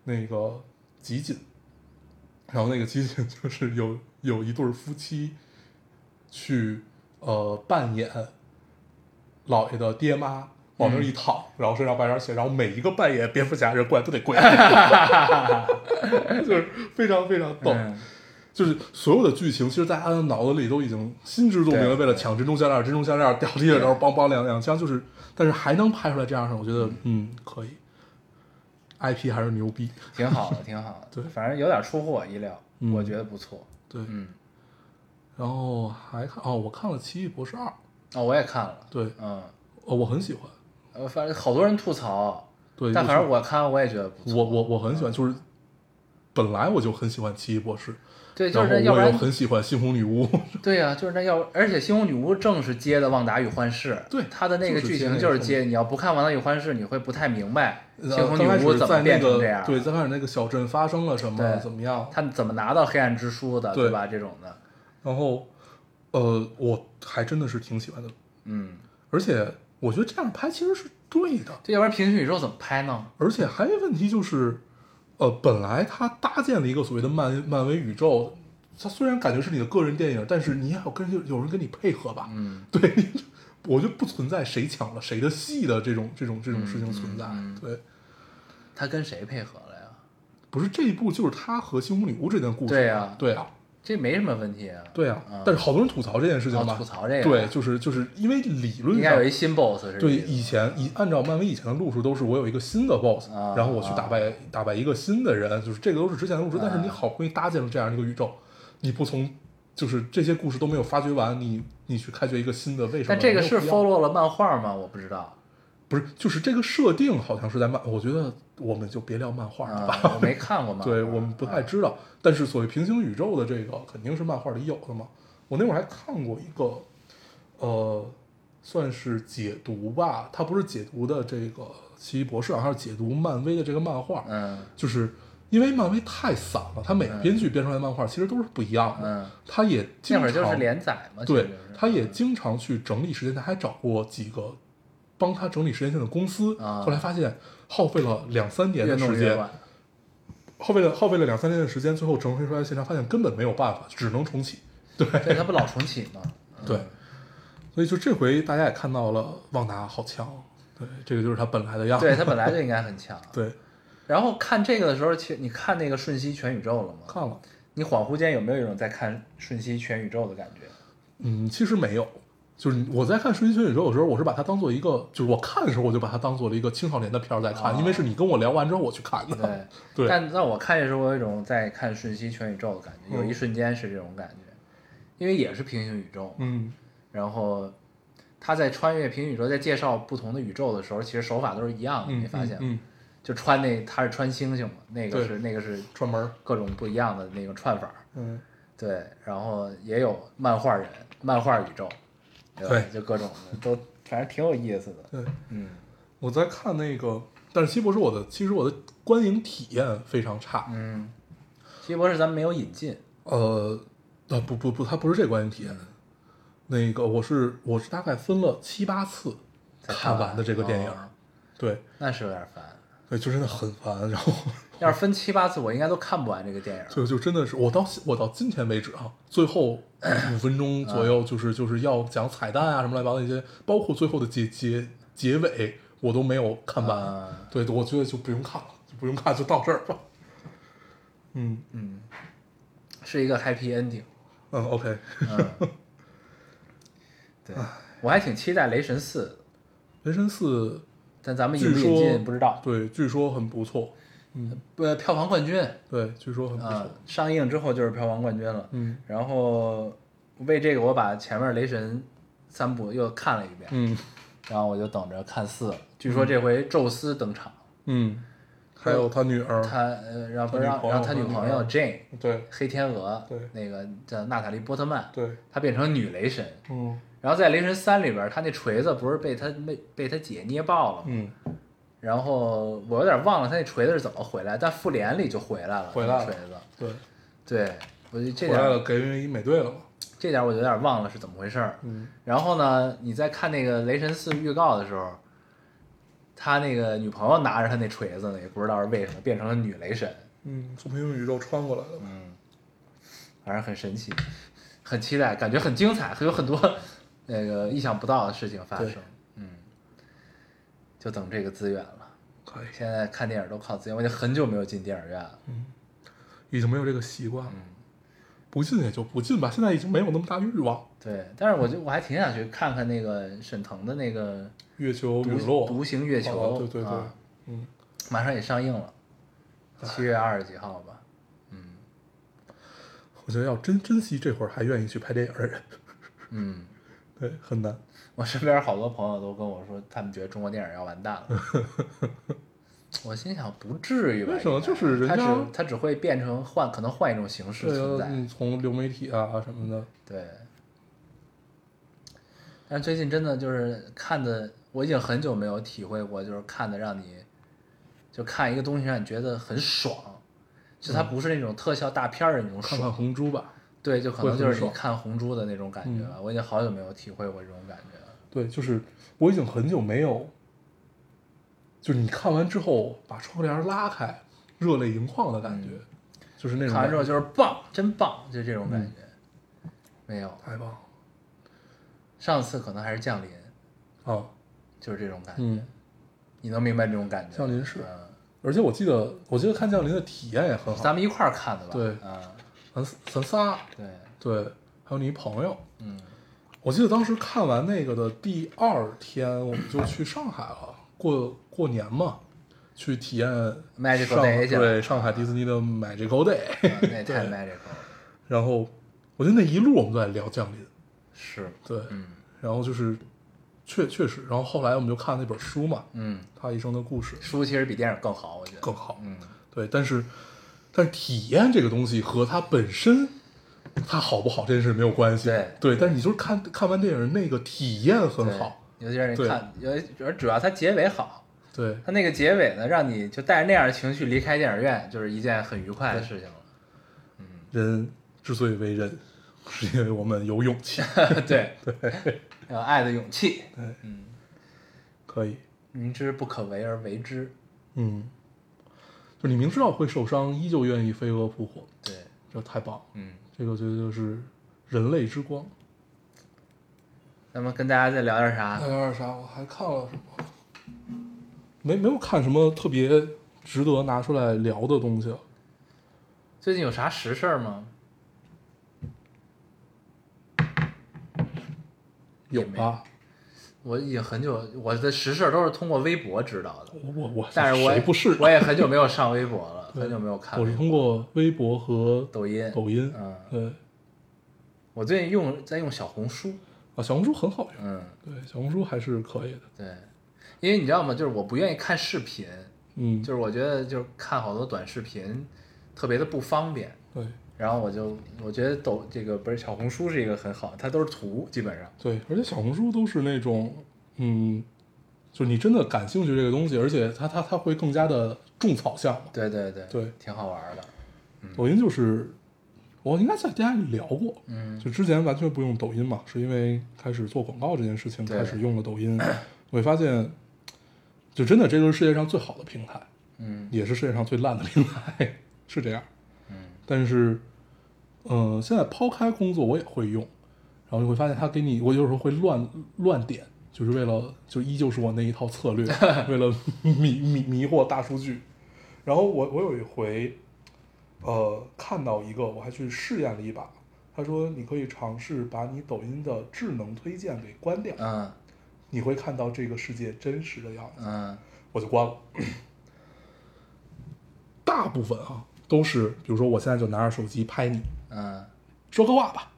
S2: 那个集锦，然后那个集锦就是有有一对儿夫妻去呃扮演老爷的爹妈。往那儿一躺，然后身上白点血，然后每一个扮演蝙蝠侠人过来都得跪， 就是非常非常逗。
S1: 嗯
S2: 就是所有的剧情，其实大家的脑子里都已经心知肚明了。
S1: 对
S2: 为了抢珍珠项链，珍珠项链掉地的时候，梆梆两两枪，就是，但是还能拍出来这样的，我觉得，嗯，可以。IP 还是牛逼，
S1: 挺好的，挺好的。
S2: 对
S1: 反正有点出乎我意料，
S2: 嗯
S1: 我觉得不错。
S2: 对。
S1: 嗯，
S2: 然后还看哦，我看了《奇异博士二》，
S1: 哦，我也看了。
S2: 对，
S1: 嗯，
S2: 哦，我很喜欢。
S1: 呃，反正好多人吐槽，
S2: 对，
S1: 但
S2: 就
S1: 反
S2: 是
S1: 正我看我也觉得不错。
S2: 我我我很喜欢，就是本来我就很喜欢《奇异博士》，
S1: 对，就
S2: 然
S1: 是
S2: 后
S1: 那要不
S2: 我又
S1: 然
S2: 很喜欢《猩红女巫》。
S1: 对呀、就是那要，而且《猩红女巫》正是接的《旺达与幻视》，
S2: 对
S1: 它的那个剧情
S2: 就
S1: 是
S2: 是接那个
S1: 接，你要不看《旺达与幻视》，你会不太明白
S2: 呃
S1: 猩红女
S2: 刚开始
S1: 巫怎
S2: 在
S1: 么
S2: 那
S1: 变成这
S2: 个
S1: 样，啊
S2: 对，刚开始那个小镇发生了什么，
S1: 对
S2: 怎么样？
S1: 她怎么拿到黑暗之书的，
S2: 对
S1: 对吧？这种的，
S2: 然后，呃，我还真的是挺喜欢的，
S1: 嗯，
S2: 而且我觉得这样拍其实是对的，
S1: 这要不然平行宇宙怎么拍呢？
S2: 而且还有一个问题就是，呃，本来它搭建了一个所谓的漫漫威宇宙，它虽然感觉是你的个人电影，但是你也要跟有人跟你配合吧，
S1: 嗯，
S2: 对，我觉得不存在谁抢了谁的戏的这种这种这种事情存在，
S1: 嗯嗯嗯
S2: 对，
S1: 他跟谁配合了呀？
S2: 不是这一部就是他和猩红女巫这段故事，
S1: 对呀
S2: 对啊，
S1: 这没什么问题啊。
S2: 对啊，
S1: 嗯
S2: 但是好多人吐槽这件事情
S1: 哦
S2: 吧，
S1: 吐槽这个
S2: 对，就是就是因为理论
S1: 应
S2: 上
S1: 该有一新 boss 是吧？
S2: 对，以前以按照漫威以前的路数，都是我有一个新的 boss，、
S1: 啊
S2: 然后我去打败、打败一个新的人，就是这个都是之前的路数。
S1: 啊
S2: 但是你好不容易搭建了这样一个宇宙，你不从就是这些故事都没有发掘完，你你去开掘一个新的，为什么？
S1: 但这个是
S2: 没有必要
S1: follow 了漫画吗？我不知道
S2: 不是就是这个设定好像是在漫，我觉得我们就别聊漫画了
S1: 啊
S2: 吧，，
S1: 我没看过漫画。 啊
S2: 对我们不太知道。
S1: 嗯
S2: 但是所谓平行宇宙的这个肯定是漫画里有的嘛。我那会儿还看过一个，呃，算是解读吧，它不是解读的这个奇异博士，啊，它是解读漫威的这个漫画，
S1: 嗯
S2: 就是因为漫威太散了，它每个编剧编出来的漫画其实都是不一样的，
S1: 嗯，
S2: 它也经
S1: 那会
S2: 常
S1: 儿就是连载嘛，其
S2: 对
S1: 实就是，
S2: 他也经常去整理时间，他还找过几个帮他整理时间线的公司，
S1: 啊
S2: 后来发现耗费了两三年
S1: 越
S2: 的
S1: 弄
S2: 时
S1: 越
S2: 间，
S1: 晚。
S2: 耗费了耗费了两三年的时间，最后整理出来的现场发现根本没有办法，只能重启。
S1: 对，它不老重启吗？
S2: 对，所以就这回大家也看到了，旺达好强，对，这个就是他本来的样子。
S1: 对，它本来就应该很强。
S2: 啊对，
S1: 然后看这个的时候，其实你看那个《瞬息全宇宙》了吗？
S2: 看了，
S1: 你恍惚间有没有一种在看《瞬息全宇宙》的感觉？
S2: 嗯，其实没有。就是我在看《瞬息全宇宙》的时候，我是把它当做一个，就是我看的时候，我就把它当做了一个青少年的片儿在看，
S1: 啊
S2: 因为是你跟我聊完之后我去看的。
S1: 对，
S2: 对
S1: 但让我看也是我有一种在看《瞬息全宇宙》的感觉，有一
S2: 嗯
S1: 瞬间是这种感觉，因为也是平行宇宙，
S2: 嗯，
S1: 然后他在穿越平行宇宙，在介绍不同的宇宙的时候，其实手法都是一样的，
S2: 嗯
S1: 你发现吗？
S2: 嗯，嗯
S1: 就穿那他是穿星星嘛，那个
S2: 对
S1: 是那个是
S2: 串门儿，
S1: 各种不一样的那个串法儿，
S2: 嗯，
S1: 对，然后也有漫画人、漫画宇宙，对吧，
S2: 对
S1: 就各种的都，反正挺有意思的。
S2: 对，
S1: 嗯
S2: 我在看那个，但是《西博士》我的其实我的观影体验非常差。
S1: 嗯，奇异博士咱们没有引进，
S2: 呃，啊不不不，它不是这观影体验。那个我是我是大概分了七八次
S1: 才
S2: 看
S1: 完
S2: 完的这个电影，
S1: 哦
S2: 对
S1: 那是有点烦。
S2: 对，就真的很烦。然后
S1: 要是分七八次，我应该都看不完这个电影。
S2: 就就真的是我到我到今天为止啊，最后五分 钟左
S1: 嗯
S2: 右，就是就是要讲彩蛋啊什么来八糟那些，包括最后的结结结尾，我都没有看完。
S1: 啊
S2: 对，我觉得就不用看了，就不用看，就到这儿吧。嗯
S1: 嗯，是一个 happy ending。
S2: 嗯，OK，
S1: 嗯，对，我还挺期待《雷神四》的，
S2: 雷神四
S1: 但咱们引
S2: 据
S1: 不
S2: 说
S1: 引进不知道。
S2: 对，据说很不错，
S1: 呃，票房冠军啊、
S2: 对，据说很不错。
S1: 啊呃上映之后就是票房冠军了。
S2: 嗯
S1: 然后为这个，我把前面雷神三部又看了一遍，
S2: 嗯
S1: 然后我就等着看四了。据说这回宙斯登场，
S2: 嗯，还有他女儿，
S1: 他呃，然后
S2: 他女
S1: 让
S2: 朋友
S1: 让他女
S2: 和
S1: 朋
S2: 女
S1: 友
S2: 儿
S1: Jane
S2: 对
S1: 黑天鹅，
S2: 对
S1: 那个叫娜塔莉波特曼，
S2: 对，
S1: 她变成女雷神。
S2: 嗯
S1: 然后在雷神三里边，她那锤子不是被她妹被她姐捏爆了吗？
S2: 嗯，
S1: 然后我有点忘了她那锤子是怎么回来，但复联里就回来了，
S2: 回来
S1: 那
S2: 了
S1: 锤子。
S2: 对，
S1: 对，我觉得这
S2: 回来了
S1: 点
S2: 给予美队了嘛，
S1: 这点我有点忘了是怎么回事儿。
S2: 嗯
S1: 然后呢，你在看那个雷神四预告的时候，他那个女朋友拿着他那锤子呢，也不知道是为什么变成了女雷神，
S2: 嗯，从平行宇宙穿过来的嘛，
S1: 反正很神奇，很期待，感觉很精彩，还有很多那个意想不到的事情发生
S2: 对。
S1: 嗯，就等这个资源了。
S2: 可以，
S1: 现在看电影都靠资源，我已经很久没有进电影院了。
S2: 已经没有这个习惯了，
S1: 嗯
S2: 不进也就不进吧，现在已经没有那么大欲望。
S1: 对，但是我就我还挺想去看看那个沈腾的那个
S2: 月球
S1: 独
S2: 陨落，
S1: 独行月球
S2: 哦对对对
S1: 啊，
S2: 嗯，
S1: 马上也上映了，七月二十几号吧。
S2: 我觉得要真珍惜这会儿还愿意去拍电影的人，
S1: 嗯。
S2: 对，很难。
S1: 我身边好多朋友都跟我说，他们觉得中国电影要完蛋了。 我心想，不至于吧？
S2: 为什么
S1: 应该
S2: 就是人
S1: 他只
S2: 家
S1: 他只会变成换，可能换一种形式存
S2: 对
S1: 在
S2: 啊，。嗯，从流媒体啊什么的，
S1: 对。但是最近真的就是看的，我已经很久没有体会过，就是看的让你，就看一个东西让你觉得很爽，就它不是那种特效大片儿的那种
S2: 嗯看
S1: 爽，
S2: 看红猪吧。
S1: 对，就可
S2: 会
S1: 能
S2: 很
S1: 就是你
S2: 爽嗯
S1: 看《红猪》的那种感觉吧。我已经好久没有体会过这种感觉了。
S2: 对，就是我已经很久没有，就是你看完之后把窗帘拉开，热泪盈眶的感觉，就是那
S1: 嗯
S2: 种
S1: 看完之后
S2: 感觉嗯
S1: 就是棒，真棒，就这种感觉。没有，
S2: 太棒了
S1: 上次可能还是降临，
S2: 啊！
S1: 就是这种感觉。
S2: 嗯，
S1: 你能明白这种感觉吗？
S2: 降临是
S1: 嗯，
S2: 而且我记得，我记得看降临的体验也很好，
S1: 咱们一块儿看的吧？
S2: 对
S1: 嗯，
S2: 咱咱仨
S1: 对，
S2: 对，还有你一朋友，
S1: 嗯，
S2: 我记得当时看完那个的第二天，我们就去上海了，过过年嘛，去体验
S1: Magical
S2: 上
S1: Day 去了
S2: 对上海迪士尼的 Magical Day，
S1: 嗯那也太
S2: 对
S1: magical 了。
S2: 然后我觉得那一路我们都在聊降临，
S1: 是，
S2: 对，
S1: 嗯
S2: 然后就是确确实，然后后来我们就看那本书嘛，
S1: 嗯，
S2: 他一生的故事
S1: 书其实比电影更好，我觉得
S2: 更好，
S1: 嗯，
S2: 对，但是但是体验这个东西和它本身。它好不好这件事没有关系，
S1: 对
S2: 但是你就是看看完电影那个体验很
S1: 对
S2: 好，。
S1: 尤其是你
S2: 对
S1: 看，尤而主要它结尾好，
S2: 对，
S1: 它那个结尾呢，让你就带着那样的情绪离开电影院，就是一件很愉快的事情了。
S2: 人之所以为人，是因为我们有 勇气。
S1: 对对，要有爱的勇气，
S2: 可以，
S1: 明知不可为而为之。
S2: 嗯，就你明知道会受伤，依旧愿意飞蛾扑火，
S1: 对，
S2: 这太棒了。
S1: 嗯，
S2: 这个我觉得就是人类之光。
S1: 那么跟大家再聊点啥？
S2: 有点啥？我还看了什么？没没有看什么特别值得拿出来聊的东西了。
S1: 最近有啥实事儿吗？
S2: 有
S1: 也没
S2: 吧？
S1: 我已经很久，我的实事儿都是通过微博知道的，
S2: 我我我，
S1: 但是我
S2: 谁不是？
S1: 我也很久没有上微博了，
S2: 对
S1: 很久没有看
S2: 我
S1: 微
S2: 是
S1: 博
S2: 通过微博和
S1: 抖音。
S2: 抖音。
S1: 嗯
S2: 对
S1: 我最近用在用小红书，
S2: 啊，小红书很好用。
S1: 嗯，
S2: 对，小红书还是可以的。
S1: 对，因为你知道吗？就是我不愿意看视频，
S2: 嗯，
S1: 就是我觉得就是看好多短视频特别的不方便，
S2: 对
S1: 然后我就我觉得抖这个不是小红书是一个很好，它都是图，基本上
S2: 对，而且小红书都是那种，嗯，就是你真的感兴趣这个东西，而且它它它会更加的种草项嘛。
S1: 对对对
S2: 对
S1: 挺好玩的，
S2: 抖音就是，我应该在大家聊过，
S1: 嗯，
S2: 就之前完全不用抖音嘛，是因为开始做广告这件事情
S1: 对
S2: 开始用了抖音， 我会发现，就真的这就是世界上最好的平台，
S1: 嗯
S2: 也是世界上最烂的平台，是这样。嗯，但是，嗯、现在抛开工作，我也会用，然后你会发现它给你，我有时候会乱乱点，就是为了就依旧是我那一套策略，为了迷迷迷惑大数据。然后我我有一回，呃，看到一个，我还去试验了一把。他说：“你可以尝试把你抖音的智能推荐给关掉，
S1: 嗯
S2: 你会看到这个世界真实的样子。”
S1: 嗯
S2: 我就关了。大部分啊都是，比如说我现在就拿着手机拍你，
S1: 嗯
S2: 说个话吧，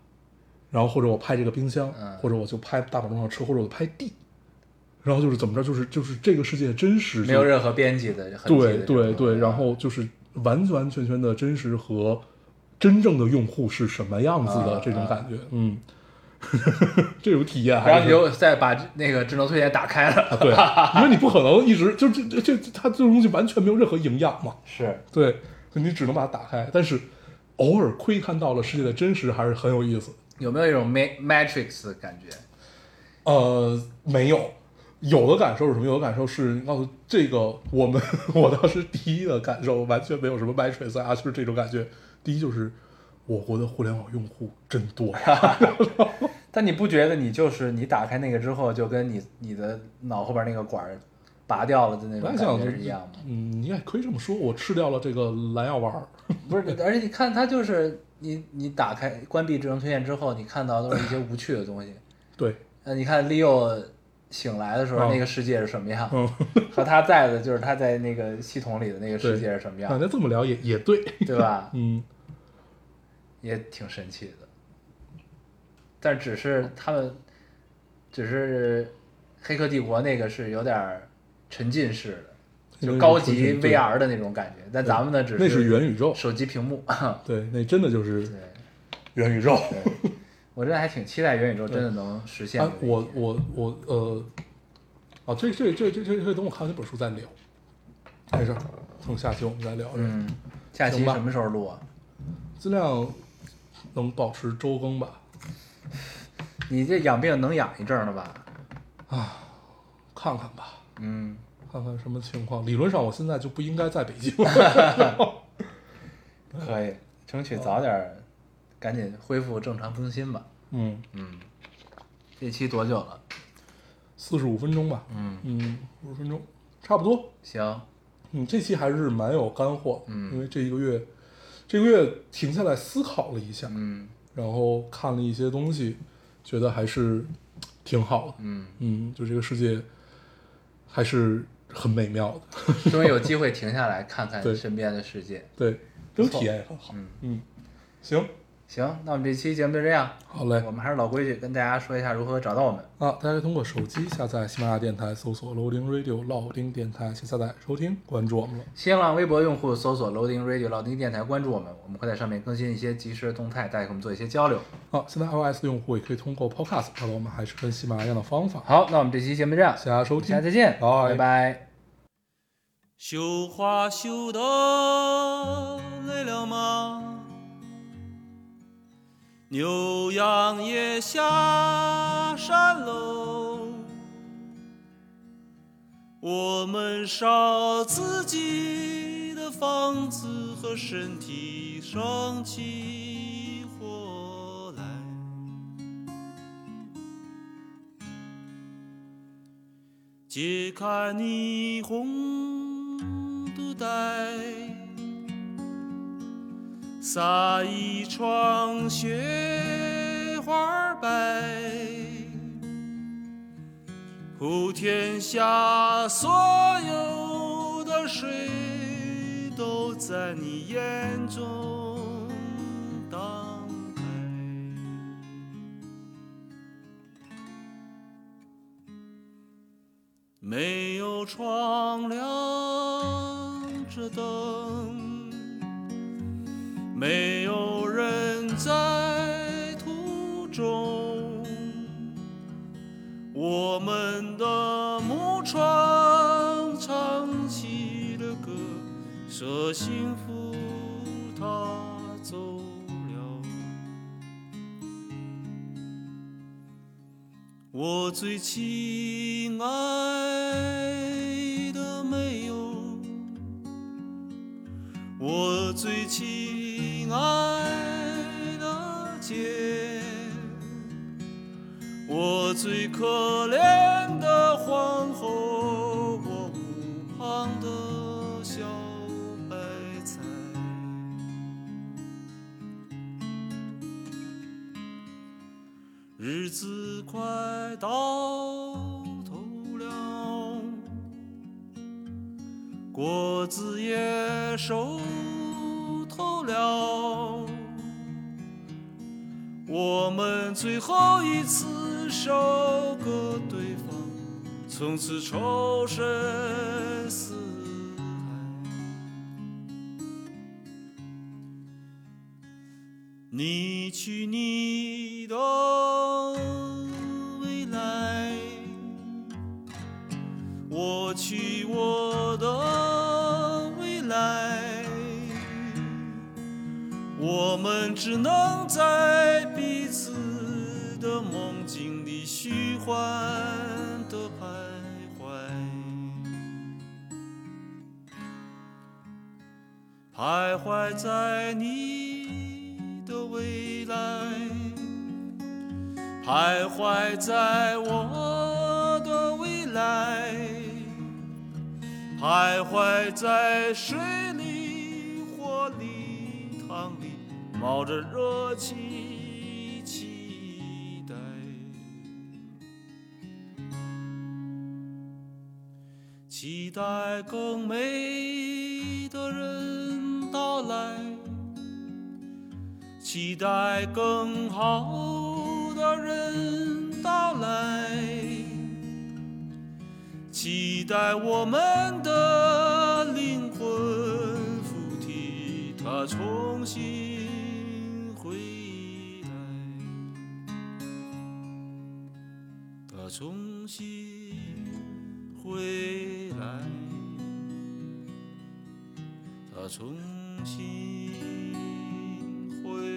S2: 然后或者我拍这个冰箱，
S1: 嗯
S2: 或者我就拍大马路上的车，或者我就拍地，然后就是怎么着，就是就是这个世界真实，
S1: 没有任何编辑的痕迹
S2: 对
S1: 的这种
S2: 对对，
S1: 嗯
S2: 然后就是完完全全的真实和真正的用户是什么样子的
S1: 啊
S2: 这种
S1: 啊
S2: 感觉，嗯，这种体验还
S1: 然后
S2: 是
S1: 你就再把那个智能推荐打开了，
S2: 啊对，因为你不可能一直就这这这它这种东西完全没有任何营养嘛，
S1: 是
S2: 对，你只能把它打开，但是偶尔窥看到了世界的真实还是很有意思。
S1: 有没有一种 ma- Matrix 的感觉？
S2: 呃，没有，有的感受是什么？有的感受是，你告诉这个我们我当时第一的感受完全没有什么 Matrix 啊，就是这种感觉。第一就是我国的互联网用户真多，
S1: 但你不觉得你就是你打开那个之后，就跟你你的脑后边那个管儿拔掉了的那
S2: 我
S1: 种
S2: 还
S1: 感
S2: 想
S1: 觉是一样吗？
S2: 嗯，你也可以这么说，我吃掉了这个蓝药丸儿。
S1: 不是，而且你看它就是你你打开关闭智能推荐之后，你看到都是一些无趣的东西。
S2: 对，
S1: 呃，你看 Leo 醒来的时候
S2: 嗯
S1: 那个世界是什么样，
S2: 嗯，
S1: 和他在的就是他在那个系统里的那个世
S2: 对
S1: 界是什么
S2: 啊
S1: 样，啊
S2: 那这么聊也也对，
S1: 对吧？
S2: 嗯，
S1: 也挺神奇的。但只是他们，只是《黑客帝国》那个是有点儿沉浸式的，就高级
S2: 那种对
S1: VR 的那种感觉。但咱们呢，只
S2: 那是元宇宙，
S1: 手机屏 幕。
S2: 对，那真的就是
S1: 对，
S2: 元宇宙。
S1: 我真的还挺期待元宇宙真的能实现
S2: 哎
S1: 这，个
S2: 我
S1: 一点
S2: 我我呃，哦，这这这这这这等我看完那本书再聊，没事儿，等下期我们再聊。这个
S1: 嗯，下期
S2: 行吧
S1: 什么时候录啊？
S2: 尽量能保持周更吧，
S1: 你这养病能养一阵儿了吧？
S2: 啊看看吧，
S1: 嗯，
S2: 看看什么情况。理论上我现在就不应该在北京，
S1: 可以，争取
S2: 哦
S1: 早点儿赶紧恢复正常更新吧。
S2: 嗯，
S1: 嗯，这期多久了？
S2: 四十五分钟吧，
S1: 嗯，
S2: 嗯，五十分钟差不多。
S1: 行，
S2: 嗯，这期还是蛮有干货，
S1: 嗯
S2: 因为这一个月，这个月停下来思考了一下，
S1: 嗯
S2: 然后看了一些东西，觉得还是挺好的。
S1: 嗯，
S2: 嗯，就这个世界还是很美妙的，
S1: 终于有机会停下来看看
S2: 对
S1: 身边的世界。
S2: 对，这种体验也很好。
S1: 嗯
S2: 嗯，行，
S1: 行，那我们这期节目就这样。
S2: 好嘞
S1: 我。们还是老规矩，跟大家说一下如何找到我们。
S2: 啊，大家可以通过手机下载喜马拉雅电台，搜索 Loading Radio 老丁电台，请下载收听，关注我们了。
S1: 新浪微博用户搜索 Loading Radio 老丁电台，关注我们，我们会在上面更新一些即时的动态，大家跟我们做一些交流。
S2: 啊，现在 iOS 用户也可以通过 Podcast 找到我们，还是跟喜马拉雅一样的方法。
S1: 好，那我们这期节目这样，
S2: 谢谢大家收听
S1: 下，次再见，
S2: 好哎
S1: 拜拜。
S3: 绣花绣的累了吗？牛羊也下山喽，我们烧自己的房子和身体，生起火来。解开你红肚带，撒一窗雪花白，普天下所有的水都在你眼中荡开。没有窗亮着灯，没有人在途中，我们的木船唱起了歌，说幸福它走了。我最亲爱的妹哟，我最亲爱的姐，我最可怜的皇后，我无旁的小白菜。日子快到头了，果子也熟透了，我们最后一次收割对方，从此仇深似海。你去你的未来，我去我的未来，我们只能在彼此的梦境里虚幻的徘徊。徘徊在你的未来，徘徊在我的未来，徘徊在水里、火里、汤里，冒着热气，期待。期待更美的人到来，期待更好的人到来，期待我们的灵魂附体，它重新回来，它重新。回来，他重新回